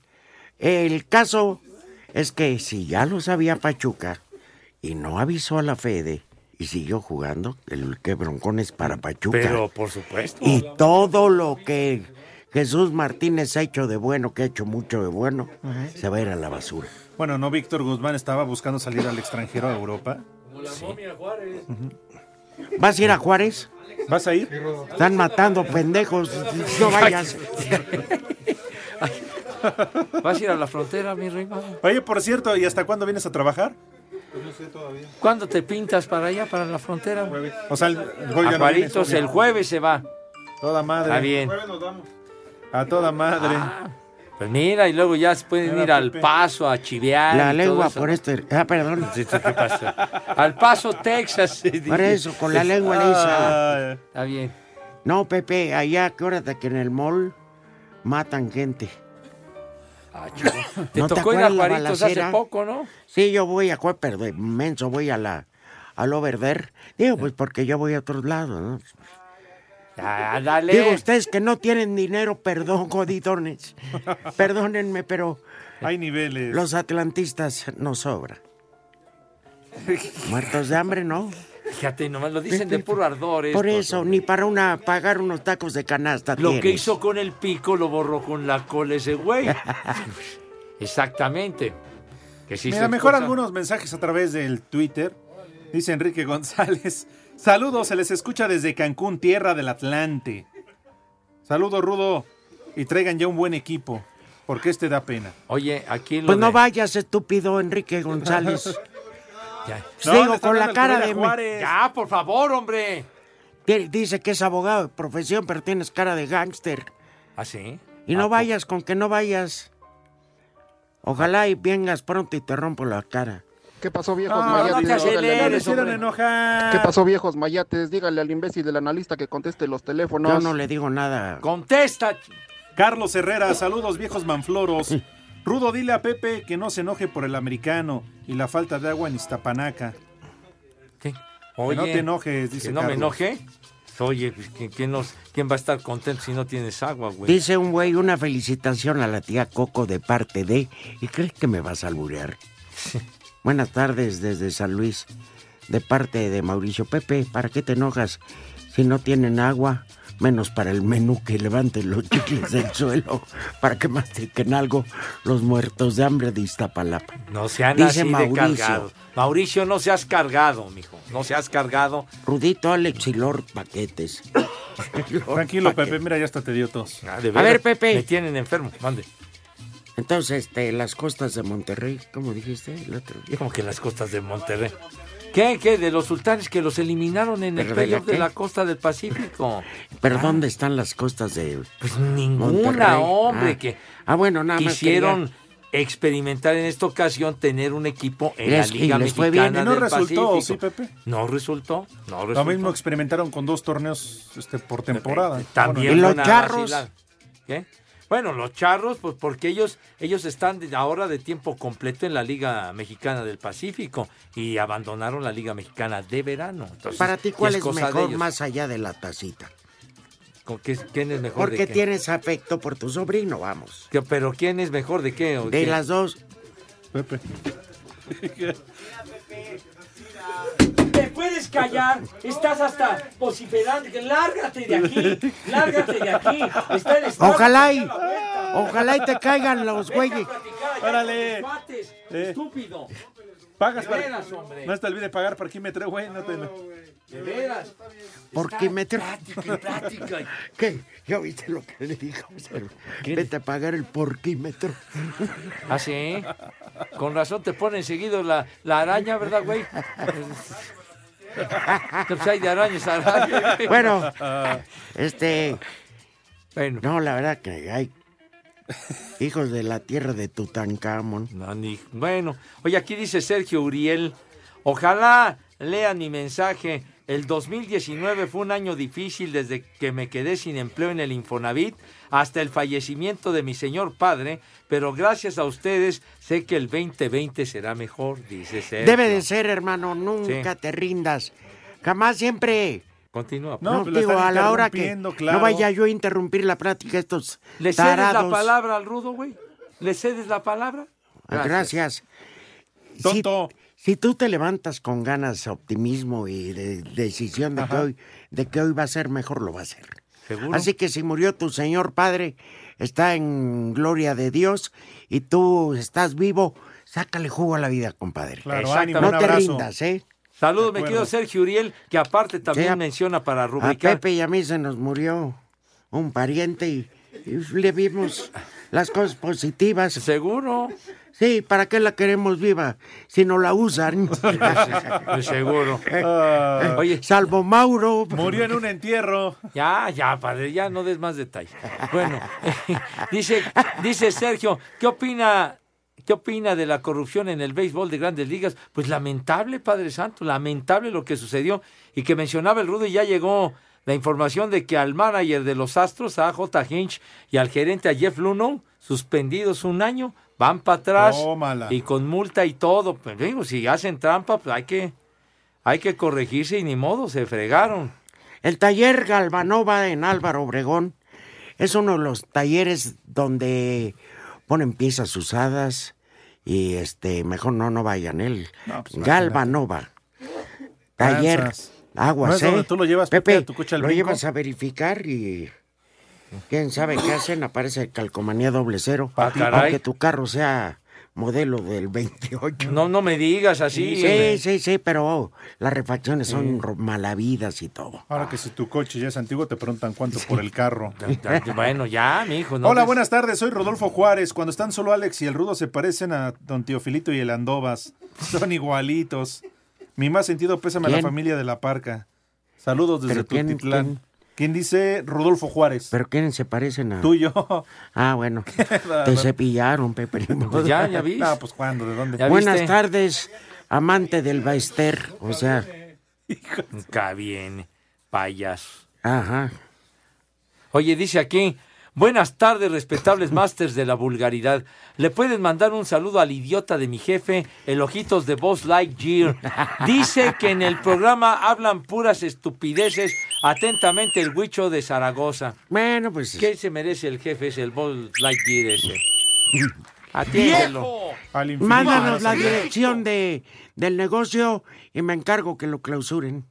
El caso es que si ya lo sabía Pachuca y no avisó a la Fede y siguió jugando, el que broncón es para Pachuca.
Pero por supuesto.
Y todo lo que Jesús Martínez ha hecho de bueno, que ha hecho mucho de bueno,
Ujú.
se va a ir a la basura.
Bueno, no, Víctor Guzmán estaba buscando salir al extranjero a Europa.
¿Vas a ir a Juárez?
¿Vas a ir?
Están matando pendejos.
(laughs)
No vayas.
¿Vas a ir a la frontera, mi rey?
Oye, por cierto, ¿y hasta cuándo vienes a trabajar?
No sé todavía. ¿Cuándo te pintas para allá, para la frontera?
O sea, el, hoy ya no
Acuaritos,
vienes.
el jueves se va.
Toda madre.
Está bien.
A toda madre.
Pues mira, y luego ya se pueden
Mira,
ir al
Pepe.
paso, a chivear.
La
y
lengua
todo eso.
por este. Ah, perdón.
¿Qué pasó? Al paso, Texas.
Por eso, con la lengua
Ah.
lisa.
Está bien.
No, Pepe, allá, ¿qué hora de que en el mall matan gente?
Te
¿No te
tocó ir a
acuerdas la
Juaritos hace
balacera?
poco, ¿no?
Sí, yo voy a cuál, perdón, menso, voy a la al Overder. Digo, pues porque yo voy a otros lados, ¿no?
Ah, dale.
Digo, ustedes que no tienen dinero, perdón,
(laughs)
goditones. Perdónenme, pero
Hay niveles.
los atlantistas nos
(laughs)
sobra. Muertos de hambre, ¿no?
Fíjate, nomás lo dicen de puro ardor.
Por
estos,
eso,
hombre.
ni para una pagar unos tacos de canasta
Lo que
tienes.
hizo con el pico lo borró con la cola
(laughs)
ese güey. Exactamente. Que sí
Mira,
se
mejor
escucha.
algunos mensajes a través del Twitter. Dice Enrique González. (laughs) Saludos, se les escucha desde Cancún, tierra del Atlante. Saludos, Rudo. Y traigan ya un buen equipo, porque este da pena.
Oye, aquí lo
Pues no
de-
vayas, estúpido Enrique González.
Ya.
(laughs) No, Digo, le está con la hablando cara Corona de- Juárez.
Ya, por favor, hombre.
Tiene- Dice que es abogado de profesión, pero tienes cara de gángster.
¿Ah, sí?
Y no vayas, con que no vayas. Ojalá y vengas pronto y te rompo la cara.
¿Qué pasó, viejos
Ah,
mayates?
no te
Díganle al
aceleres,
analista.
lo hicieron
¿Qué pasó, viejos mayates? Dígale al imbécil del analista que conteste los teléfonos.
Yo no le digo nada.
pues, Contesta.
Carlos Herrera, saludos, viejos manfloros. Rudo, dile a Pepe que no se enoje por el americano y la falta de agua en Iztapanaca.
Oye,
que no te enojes, dice
Que no me
Carlos.
enoje. Oye, pues, ¿quién, quién nos- quién va a estar contento si no tienes agua, güey?
Dice un güey, una felicitación a la tía Coco de parte de... ¿Y crees que me vas a
(laughs)
alburear? Buenas tardes desde San Luis, de parte de Mauricio Pepe. ¿Para qué te enojas si no tienen agua? Menos para el menú que levanten los chicles
(laughs)
del suelo para que mastiquen algo los muertos de hambre de Iztapalapa.
No sean
Dice
así
Mauricio.
de cargados. Mauricio, no seas cargado, mijo. No seas cargado.
Rudito Alex y Lord Paquetes.
(laughs) Tranquilo, Pepe, mira, ya hasta te dio tos.
A ver, Pepe.
Me tienen enfermo, mande.
Entonces, este, las costas de Monterrey, ¿cómo dijiste el otro día?
Como que las costas de Monterrey. ¿Qué? ¿Qué? De los sultanes que los eliminaron en el
¿Pero de la
playoff de
qué?
la costa del
(laughs)
Pacífico.
¿Pero
Ah.
dónde están las costas de
Pues Ninguna, hombre, que
Ah, bueno, nada más
quisieron
quería-
experimentar en esta ocasión tener un equipo en la
Les- y
Liga
les fue
Mexicana
bien,
del
¿y no
resultó,
Pacífico.
sí, Pepe?
No resultó, no
Lo
resultó. Eh,
mismo experimentaron con dos torneos este, por temporada.
También
Bueno,
fue una vacilada. ¿Qué? Bueno, los charros, pues porque ellos, ellos están de- ahora de tiempo completo en la Liga Mexicana del Pacífico y abandonaron la Liga Mexicana de verano. Entonces,
Para ti,
ya
¿cuál es
cosa de
mejor
ellos.
más allá de la tacita?
¿Con qué- ¿Quién es mejor de
Porque
qué?
tienes afecto por tu sobrino, vamos.
¿Qué- ¿Pero quién es mejor de qué? o
De
qué?
las dos.
Pepe.
¿Te puedes callar? Estás hasta vociferando. Lárgate de aquí. Lárgate de aquí. Está en estado-
Ojalá y, Oh, ojalá y te caigan los güeyes.
Órale. Eh.
Estúpido.
Pagas
De
para-
veras, hombre.
No se te olvide pagar para kilometro, güey. No te...
De veras.
Porque me tra-
Plática y plática.
¿Qué? ¿Ya viste lo que le dijo? Vete a pagar el porquímetro.
¿Ah, sí? Con razón te ponen seguido la, la araña, ¿verdad,
(laughs)
güey? Pues hay de arañas, araña. güey.
Bueno, este. No, la verdad que hay hijos de la tierra de Tutankamón.
No, ni- Bueno, oye, aquí dice Sergio Uriel, ojalá lean mi mensaje. El 2019 fue un año difícil desde que me quedé sin empleo en el Infonavit hasta el fallecimiento de mi señor padre, pero gracias a ustedes sé que el 2020 será mejor, dice Sergio.
Debe de ser, hermano, nunca
Sí.
te rindas. Jamás siempre.
Continúa. pues.
No, digo, a la hora que
claro.
no vaya yo a interrumpir la plática a estos
¿Le cedes
tarados.
la palabra al rudo, güey? ¿Le cedes la palabra?
Ah, Gracias. Si, si tú te levantas con ganas, optimismo y de- decisión de que, hoy, de que hoy va a ser mejor, lo va a ser.
Seguro.
Así que si murió tu Señor Padre, está en gloria de Dios y tú estás vivo, sácale jugo a la vida, compadre.
Claro, ánimo,
no
un
te
abrazo.
rindas, ¿eh?
Saludos,
De
me
acuerdo.
quedo Sergio Uriel, que aparte también
Sí, a-
menciona para
A
rubricar.
Pepe y a mí se nos murió un pariente y, y le vimos las cosas positivas.
Seguro.
Sí, ¿para qué la queremos viva si no la usan?
(laughs) De seguro.
Oye, salvo Mauro.
Murió en un entierro.
Ya, ya, padre, ya no des más detalles. Bueno, (laughs) dice, dice Sergio, ¿qué opina, ¿qué opina de la corrupción en el béisbol de grandes ligas? Pues lamentable, Padre Santo, lamentable lo que sucedió y que mencionaba el Rudo y ya llegó la información de que al manager de los Astros, a J. Hinch, y al gerente, a Jeff Luno, suspendidos un año, van para atrás
Tómala.
y con multa y todo. Pero digo, si hacen trampa, pues hay que, hay que corregirse y ni modo, se fregaron.
El taller Galvanova en Álvaro Obregón es uno de los talleres donde ponen piezas usadas y este mejor no no vayan él.
No, pues,
Galvanova. Taller
Tranzas. ¿No
aguas,
es donde
¿eh?
tú lo llevas, Pepe, a tu coche al
lo
brinco?
llevas a verificar y quién sabe qué hacen, aparece calcomanía doble cero,
Ah, caray.
aunque tu carro sea modelo del 28.
No, no me digas así.
(laughs)
eh.
Sí, sí, sí, pero las refacciones son ro- malavidas y todo.
Ahora que si tu coche ya es antiguo, te preguntan cuánto por el carro.
Bueno, ya, mi hijo.
pues
Hola, buenas tardes. Soy Rodolfo Juárez. Cuando están solo Alex y el Rudo se parecen a Don Teofilito y
(laughs)
el Andobas. Son igualitos. Mi más sentido pésame a la
¿Quién?
familia de la Parca. Saludos desde
¿Pero quién-
Tultitlán.
quién?
¿Quién? dice Rodolfo Juárez?
¿Pero quiénes se parecen a...?
Tuyo.
Ah,
(laughs)
bueno. Te cepillaron, Pepe.
Pues (laughs) No, pues cuándo, de dónde.
Buenas tardes, amante del Baester. O sea,
Nunca bien, payas.
ajá.
Oye, dice aquí. Buenas tardes, respetables másters de la vulgaridad. Le pueden mandar un saludo al idiota de mi jefe, el ojitos de Boss Lightyear. Dice que en el programa hablan puras estupideces. Atentamente, el huicho de Zaragoza.
Bueno, pues.
¿Qué se merece el jefe? Es el Boss Lightyear ese. Atiéndelo.
Mándanos la dirección de, del negocio y me encargo que lo clausuren.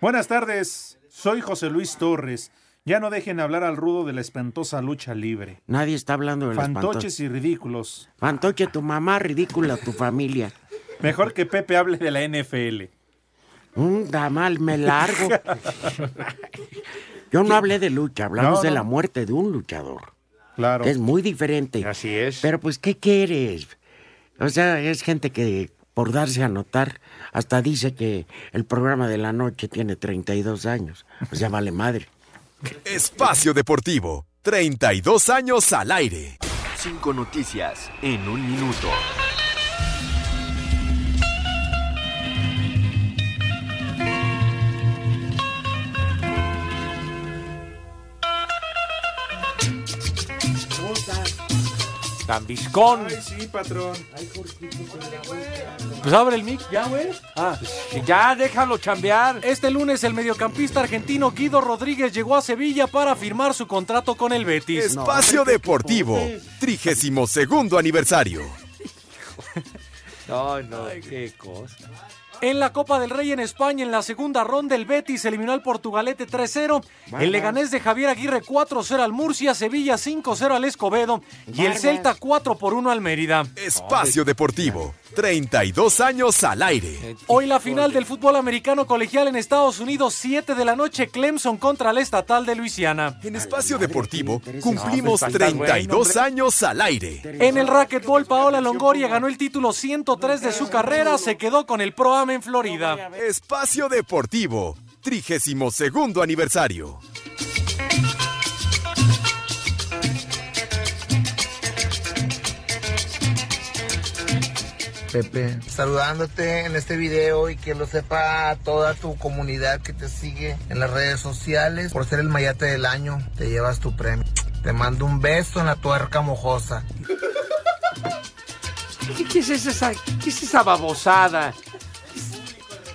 Buenas tardes. Soy José Luis Torres. Ya no dejen hablar al Rudo de la espantosa lucha libre.
Nadie está hablando de los
Fantoches y ridículos.
Fantoche, tu mamá, ridícula tu familia.
Mejor que Pepe hable de la NFL.
Un damal, me
(laughs)
largo. Yo no hablé de lucha, hablamos
No,
de
no.
la muerte de un luchador.
Claro.
que es muy diferente.
Así es.
Pero pues, ¿qué quieres? O sea, es gente que por darse a notar. Hasta dice que el programa de la noche tiene 32 años. Pues ya vale madre.
Espacio Deportivo, 32 años al aire.
Cinco noticias en un minuto.
Tambiscón.
Ay, sí, patrón.
Pues abre el mic, ya, güey. Ah, ya, déjalo chambear.
Este lunes el mediocampista argentino Guido Rodríguez llegó a Sevilla para firmar su contrato con el Betis.
Espacio Deportivo, 32 aniversario.
No, no, qué cosa.
En la Copa del Rey en España, en la segunda ronda, el Betis eliminó al Portugalete 3-0.
Barbas.
El Leganés de Javier Aguirre 4-0 al Murcia, Sevilla 5-0 al Escobedo y el
Barbas.
Celta 4-1 al Mérida.
Espacio Deportivo, 32 años al
Eh,
aire.
Hoy la final del fútbol americano colegial en Estados Unidos, 7 de la noche, Clemson contra el Estatal de Luisiana.
En Espacio Deportivo, cumplimos 32 años al aire.
En el racquetball, Paola Longoria ganó el título 103 de su carrera, se quedó con el Pro Am en Florida.
Espacio Deportivo, 32 aniversario.
Pepe. Saludándote en este video y que lo sepa toda tu comunidad que te sigue en las redes sociales. Por ser el mayate del año, te llevas tu premio. Te mando un beso en la tuerca mojosa.
¿Qué, qué es esa, qué es esa babosada?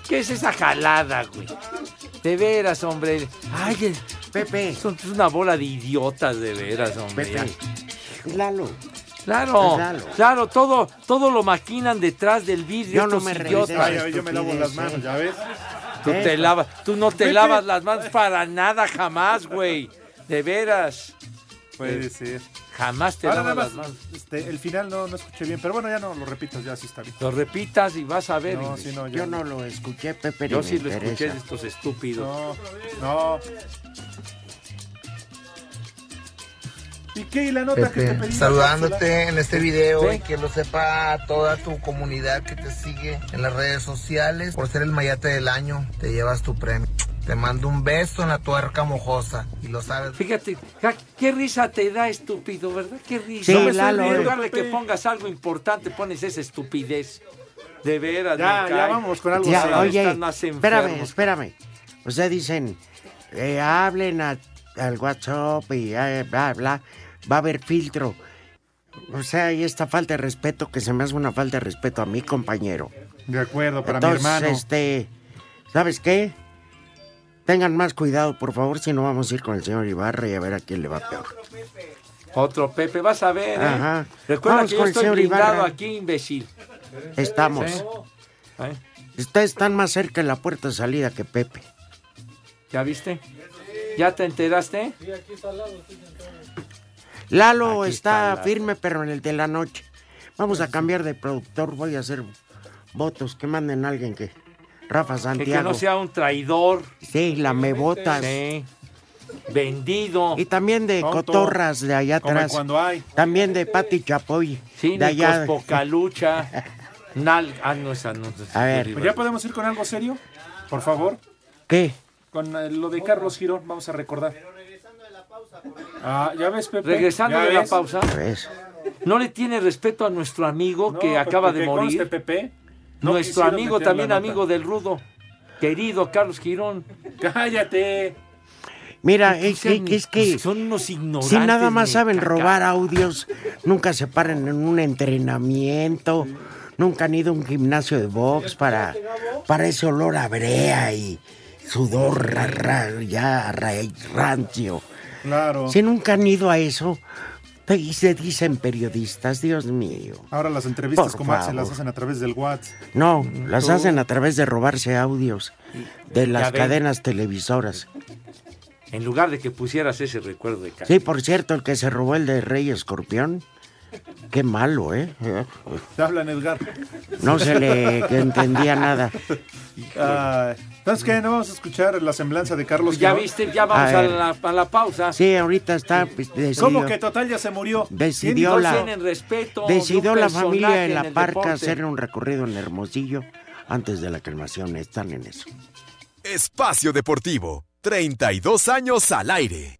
¿Qué es esa jalada, güey? De veras, hombre. Ay, que-
Pepe.
Son una bola de idiotas, de veras, hombre.
Pepe.
ya.
Lalo.
Claro,
Es Lalo.
claro, todo, todo lo maquinan detrás del vidrio.
Yo no
estos
me
idiotas.
regreso a Ay, ay, yo me lavo las manos,
¿ya ves?
Tú te
Eso.
lavas, tú no te
Pepe.
lavas las manos para nada jamás, güey. De veras.
Puede
Eh,
ser.
Jamás te
Ahora
lavas
nada
las
más,
manos.
este, el final no, no escuché bien, pero bueno, ya no lo repitas, ya sí está bien.
Lo repitas y vas a ver.
No,
Ingrid.
sí, no, ya
Yo no lo escuché, Pepe. ni
Yo
me
sí lo escuché
interesa.
de estos estúpidos.
No, no. ¿Y qué? ¿Y la nota que te
Pepe.
pedí?
Saludándote en este video
Sí.
y que lo sepa toda tu comunidad que te sigue en las redes sociales. Por ser el mayate del año, te llevas tu premio. Te mando un beso en la tuerca mojosa. Y lo sabes.
Fíjate, ja, qué risa te da, estúpido, ¿verdad? Qué risa.
Sí,
No me estoy
Lalo,
riendo.
eh.
en lugar de que pongas algo importante, pones esa estupidez. De veras,
Ya,
me
ya
cae.
vamos con
Ya,
serio.
oye,
Están más
espérame,
enfermos.
espérame. O sea, dicen, eh, hablen a- al WhatsApp y eh, bla, bla. Va a haber filtro. O sea, y esta falta de respeto que se me hace una falta de respeto a mi compañero.
De acuerdo, para
Entonces,
mi hermano.
este, ¿sabes qué? Tengan más cuidado, por favor, si no vamos a ir con el señor Ibarra y a ver a quién le va peor.
Otro Pepe, vas a ver. ¿eh?
Ajá.
Recuerda
Vamos
que yo
con el
estoy
señor
blindado
Ibarra.
aquí, imbécil.
Estamos.
Sí. ¿Eh?
Ustedes están más cerca de la puerta de salida que Pepe.
¿Ya viste? ¿Ya te enteraste?
Lalo
Aquí
está,
está Lalo.
firme, pero en el de la noche. Vamos a cambiar de productor, voy a hacer votos, que manden a alguien que... Rafa
Que,
Santiago.
que no sea un traidor.
Sí, lamebotas.
Sí. Vendido.
Y también de
Tonto.
cotorras de allá
Come
atrás.
cuando hay.
También de Pati Chapoy.
Sí,
de allá.
Nicos Pocalucha. Nal... Ah, no, esa no. esa es
A ver.
terrible.
Pues, ¿Ya podemos ir con algo serio? Por favor.
¿Qué?
Con eh, lo de Carlos Girón, vamos a recordar. Ah, ya ves, Pepe.
Regresando
¿Ya
de la
ves?
pausa. No le tiene respeto a nuestro amigo
No,
que
pero
acaba de
que conste,
morir.
Pepe, no
Nuestro
quisieron
amigo,
meter la
también
nota.
amigo del rudo. Querido Carlos Girón.
Cállate.
Mira,
¿Qué
es que,
dicen?
es que
Son unos ignorantes.
si nada más
me
saben
caca.
robar audios, nunca se paran en un entrenamiento, nunca han ido a un gimnasio de box para, para ese olor a brea y sudor ra- ra- ya ra- rancio.
Claro.
Si nunca han ido a eso, te- y se dicen periodistas, Dios mío.
Ahora las entrevistas
Por
con Max se
favor.
las hacen a través del WhatsApp.
No, las
Tú.
hacen a través de robarse audios de
Ya
las
ven.
cadenas televisoras.
En lugar de que pusieras ese recuerdo de Carlos.
Sí, por cierto, el que se robó el de Rey Escorpión Qué malo, ¿eh?
Te hablan, Edgar.
No se le entendía nada.
Ay, Entonces, Ah, ¿qué? ¿No vamos a escuchar la semblanza de Carlos?
Ya
Quirós?
viste, ya vamos
A
a
ver.
la, a la pausa.
Sí, ahorita está pues, decidido.
¿Cómo que total ya se murió?
Decidió
No
la-
tienen respeto de un
Decidió la
personaje
familia de
en
la
el
parca
deporte.
hacer un recorrido en Hermosillo antes de la cremación. Están en eso.
Espacio Deportivo, 32 años al aire.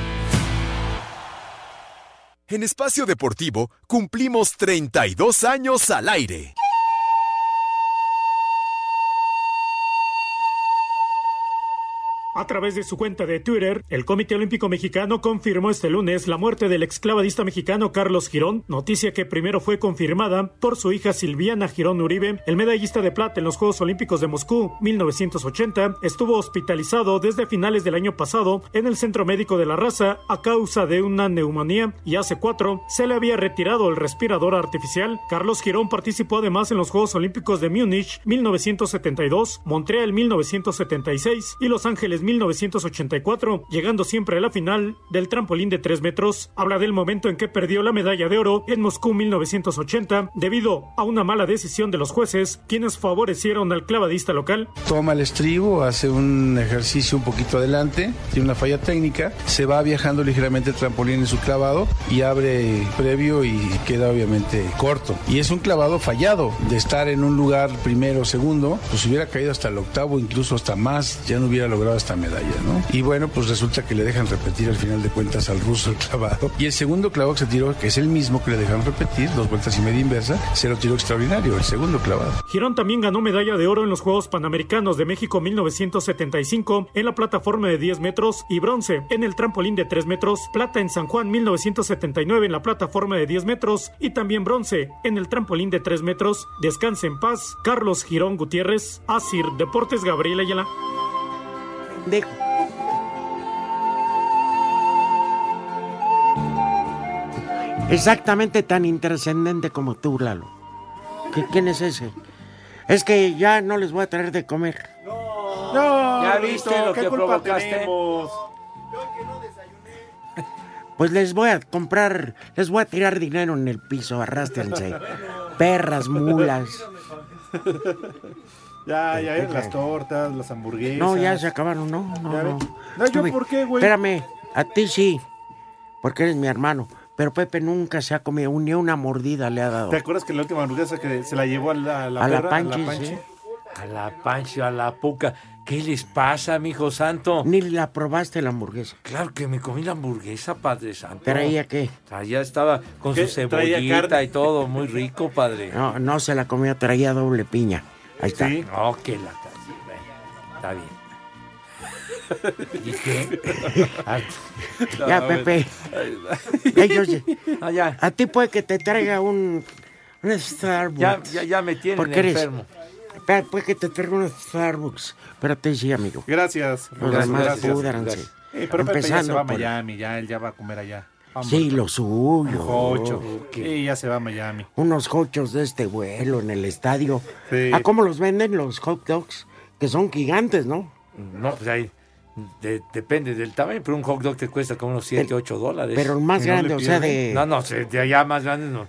En Espacio Deportivo cumplimos 32 años al aire.
A través de su cuenta de Twitter, el Comité Olímpico Mexicano confirmó este lunes la muerte del exclavadista mexicano Carlos Girón, noticia que primero fue confirmada por su hija Silviana Girón Uribe, el medallista de plata en los Juegos Olímpicos de Moscú 1980, estuvo hospitalizado desde finales del año pasado en el Centro Médico de la Raza a causa de una neumonía y hace cuatro se le había retirado el respirador artificial. Carlos Girón participó además en los Juegos Olímpicos de Múnich 1972, Montreal 1976 y Los Ángeles 1984, llegando siempre a la final del trampolín de 3 metros. Habla del momento en que perdió la medalla de oro en Moscú 1980 debido a una mala decisión de los jueces, quienes favorecieron al clavadista local.
Toma el estribo, hace un ejercicio un poquito adelante, tiene una falla técnica, se va viajando ligeramente el trampolín en su clavado y abre previo y queda obviamente corto. Y es un clavado fallado, de estar en un lugar primero, segundo, pues hubiera caído hasta el octavo, incluso hasta más, ya no hubiera logrado esta medalla, ¿no? Y bueno, pues resulta que le dejan repetir al final de cuentas al ruso el clavado. Y el segundo clavado que se tiró, que es el mismo que le dejaron repetir, dos vueltas y media inversa, se lo tiró extraordinario, el segundo clavado.
Girón también ganó medalla de oro en los Juegos Panamericanos de México 1975 en la plataforma de 10 metros y bronce en el trampolín de 3 metros, plata en San Juan 1979 en la plataforma de 10 metros y también bronce en el trampolín de 3 metros. Descanse en paz, Carlos Girón Gutiérrez, Asir Deportes Gabriel Ayala.
Exactamente tan intrascendente como tú, Lalo. ¿Qué- ¿Quién es ese? Es que ya no les voy a traer de comer.
No,
¿Ya
Rorrito,
viste lo
¿qué
que
culpa
provocaste?
tenemos?
Pues les voy a comprar, les voy a tirar dinero en el piso, arrástrense. Perras, mulas.
Ya, ya, las tortas, las hamburguesas.
No, ya se acabaron, no, no,
Ya
no.
ves. No, ¿yo
Tuve-
por qué, güey?
Espérame, a ti sí, porque eres mi hermano. Pero Pepe nunca se ha comido ni una mordida le ha dado.
¿Te acuerdas que la última hamburguesa que se la llevó a la,
A la
perra,
Panchis, ¿eh?
Panchi?
sí.
A la pancha, a la puca. ¿Qué les pasa, mijo santo?
Ni la probaste la hamburguesa.
Claro que me comí la hamburguesa, Padre Santo.
¿Traía qué?
Allá estaba con
¿Qué?
su
Traía
cebollita
carne.
y todo, muy rico, padre.
No, no se la comió, traía doble piña. Ahí está.
No, que la Está bien. ¿Y qué? Ay,
(laughs) Ya,
no,
Pepe.
bueno.
Ellos,
Ah, ya.
A ti puede que te traiga un, un Starbucks.
Ya- ya- ya me tienen
Porque eres-
enfermo.
Pe- puede que te traiga un Starbucks. Pero te sí, amigo.
Gracias,
Los
gracias,
demás
gracias.
púdranse.
Gracias. Eh, pero Pepe ya se
Empezando
va a
por-
Miami, ya él ya va a comer allá. Vamos.
Sí, lo suyo.
Ocho. Y ya se va a Miami.
Unos hochos de este vuelo en el estadio. ¿A cómo los venden los hot dogs? Que son gigantes, ¿no?
No, pues ahí de- depende del tamaño, pero un hot dog te cuesta como unos 7, 8 dólares.
pero el más No le grande, o sea, pierden. de-
No, no, se- de allá más grande no.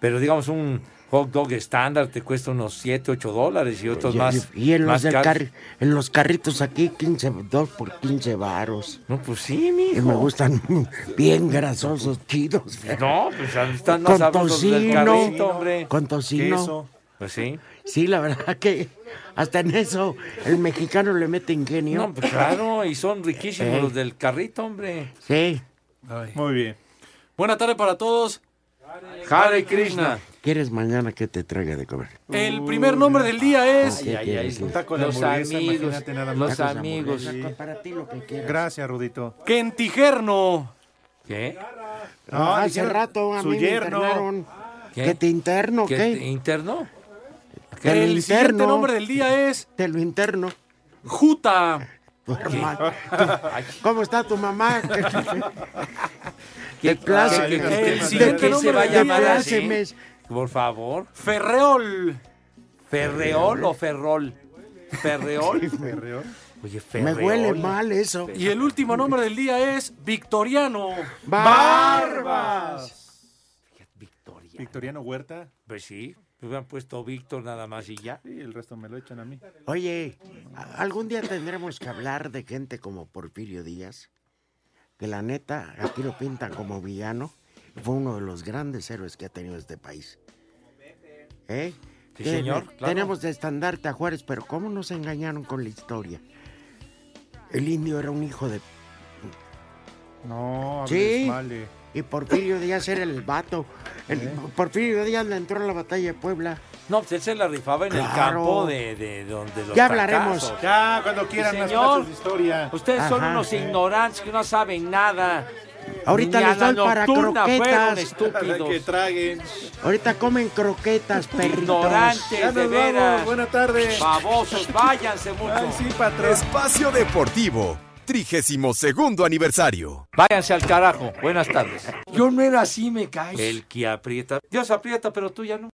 Pero digamos un hot dog estándar te cuesta unos 7, 8 dólares y otros
Y-
más
Pues y, en, los
más
del
caros.
carri- en los carritos aquí, 15, 2 por 15 varos.
No, pues sí, mijo.
Y me gustan (laughs) bien grasosos, chidos.
No, pues están más
Con
sabrosos del
tocino.
carrito, hombre.
Con tocino.
Queso. Pues sí.
Sí, la verdad que hasta en eso el mexicano le mete ingenio.
No, pues claro, y son riquísimos
Eh.
los del carrito, hombre.
Sí.
Muy bien.
Buena tarde para todos.
Hare Krishna.
¿Quieres mañana que te traiga de comer?
El primer nombre del día es.
Ay, ay, ay,
Un taco de
Los
hamburguesa,
amigos,
imagínate nada más.
los
Tacos de
amigos.
hamburguesa.
Para ti lo que quieras.
Gracias, Rudito.
Kentijerno.
¿Qué?
Ah, hace rato a mí me internaron. ¿Que te interno
¿Que
qué?
te interno?
Te lo
el siguiente
interno.
nombre del día es.
Te lo interno.
Juta.
¿Cómo está tu mamá?
¿Qué
clase?
¿Qué-
¿De qué-
qué- qué-
de
qué
qué
se va a
nombre de
llamar
clase
así?
mes?
Por favor.
Ferreol.
¿Ferreol o Ferrol?
(laughs)
Ferreol. Oye,
Me
Ferreol.
huele mal eso.
Y el último nombre del día es Victoriano.
Barbas.
Victoriano.
Victoriano Huerta.
Pues sí, me hubieran puesto Víctor nada más y ya.
Y el resto me lo echan a mí.
Oye, a- algún día tendremos que hablar de gente como Porfirio Díaz, que la neta aquí lo pintan como villano. Fue uno de los grandes héroes que ha tenido este país. ¿Eh?
Sí,
Que-
señor, claro.
Tenemos de estandarte a Juárez, pero ¿cómo nos engañaron con la historia? El indio era un hijo de...
No, hables
Sí.
mal de-
Y Porfirio Díaz era el vato. El-
¿Eh?
Porfirio Díaz le entró a la batalla de Puebla.
No, pues él se la rifaba en el
Claro.
campo de, de donde los
Ya hablaremos.
trancazos.
Ya, cuando quieran
Sí,
las
señor.
clases de historia.
Ustedes son
Ajá.
unos ignorantes que no saben nada.
Ahorita
Ni a
les
la
dan para
nocturna fueron
croquetas.
estúpidos.
Que traguen.
Ahorita comen croquetas, perritos.
Ignorantes, de veras.
tarde.
Babosos, váyanse mucho.
Espacio Deportivo, 32 segundo aniversario.
Váyanse al carajo. Buenas tardes. Yo no era así, me caes.
El
que aprieta. Dios aprieta, pero tú ya no.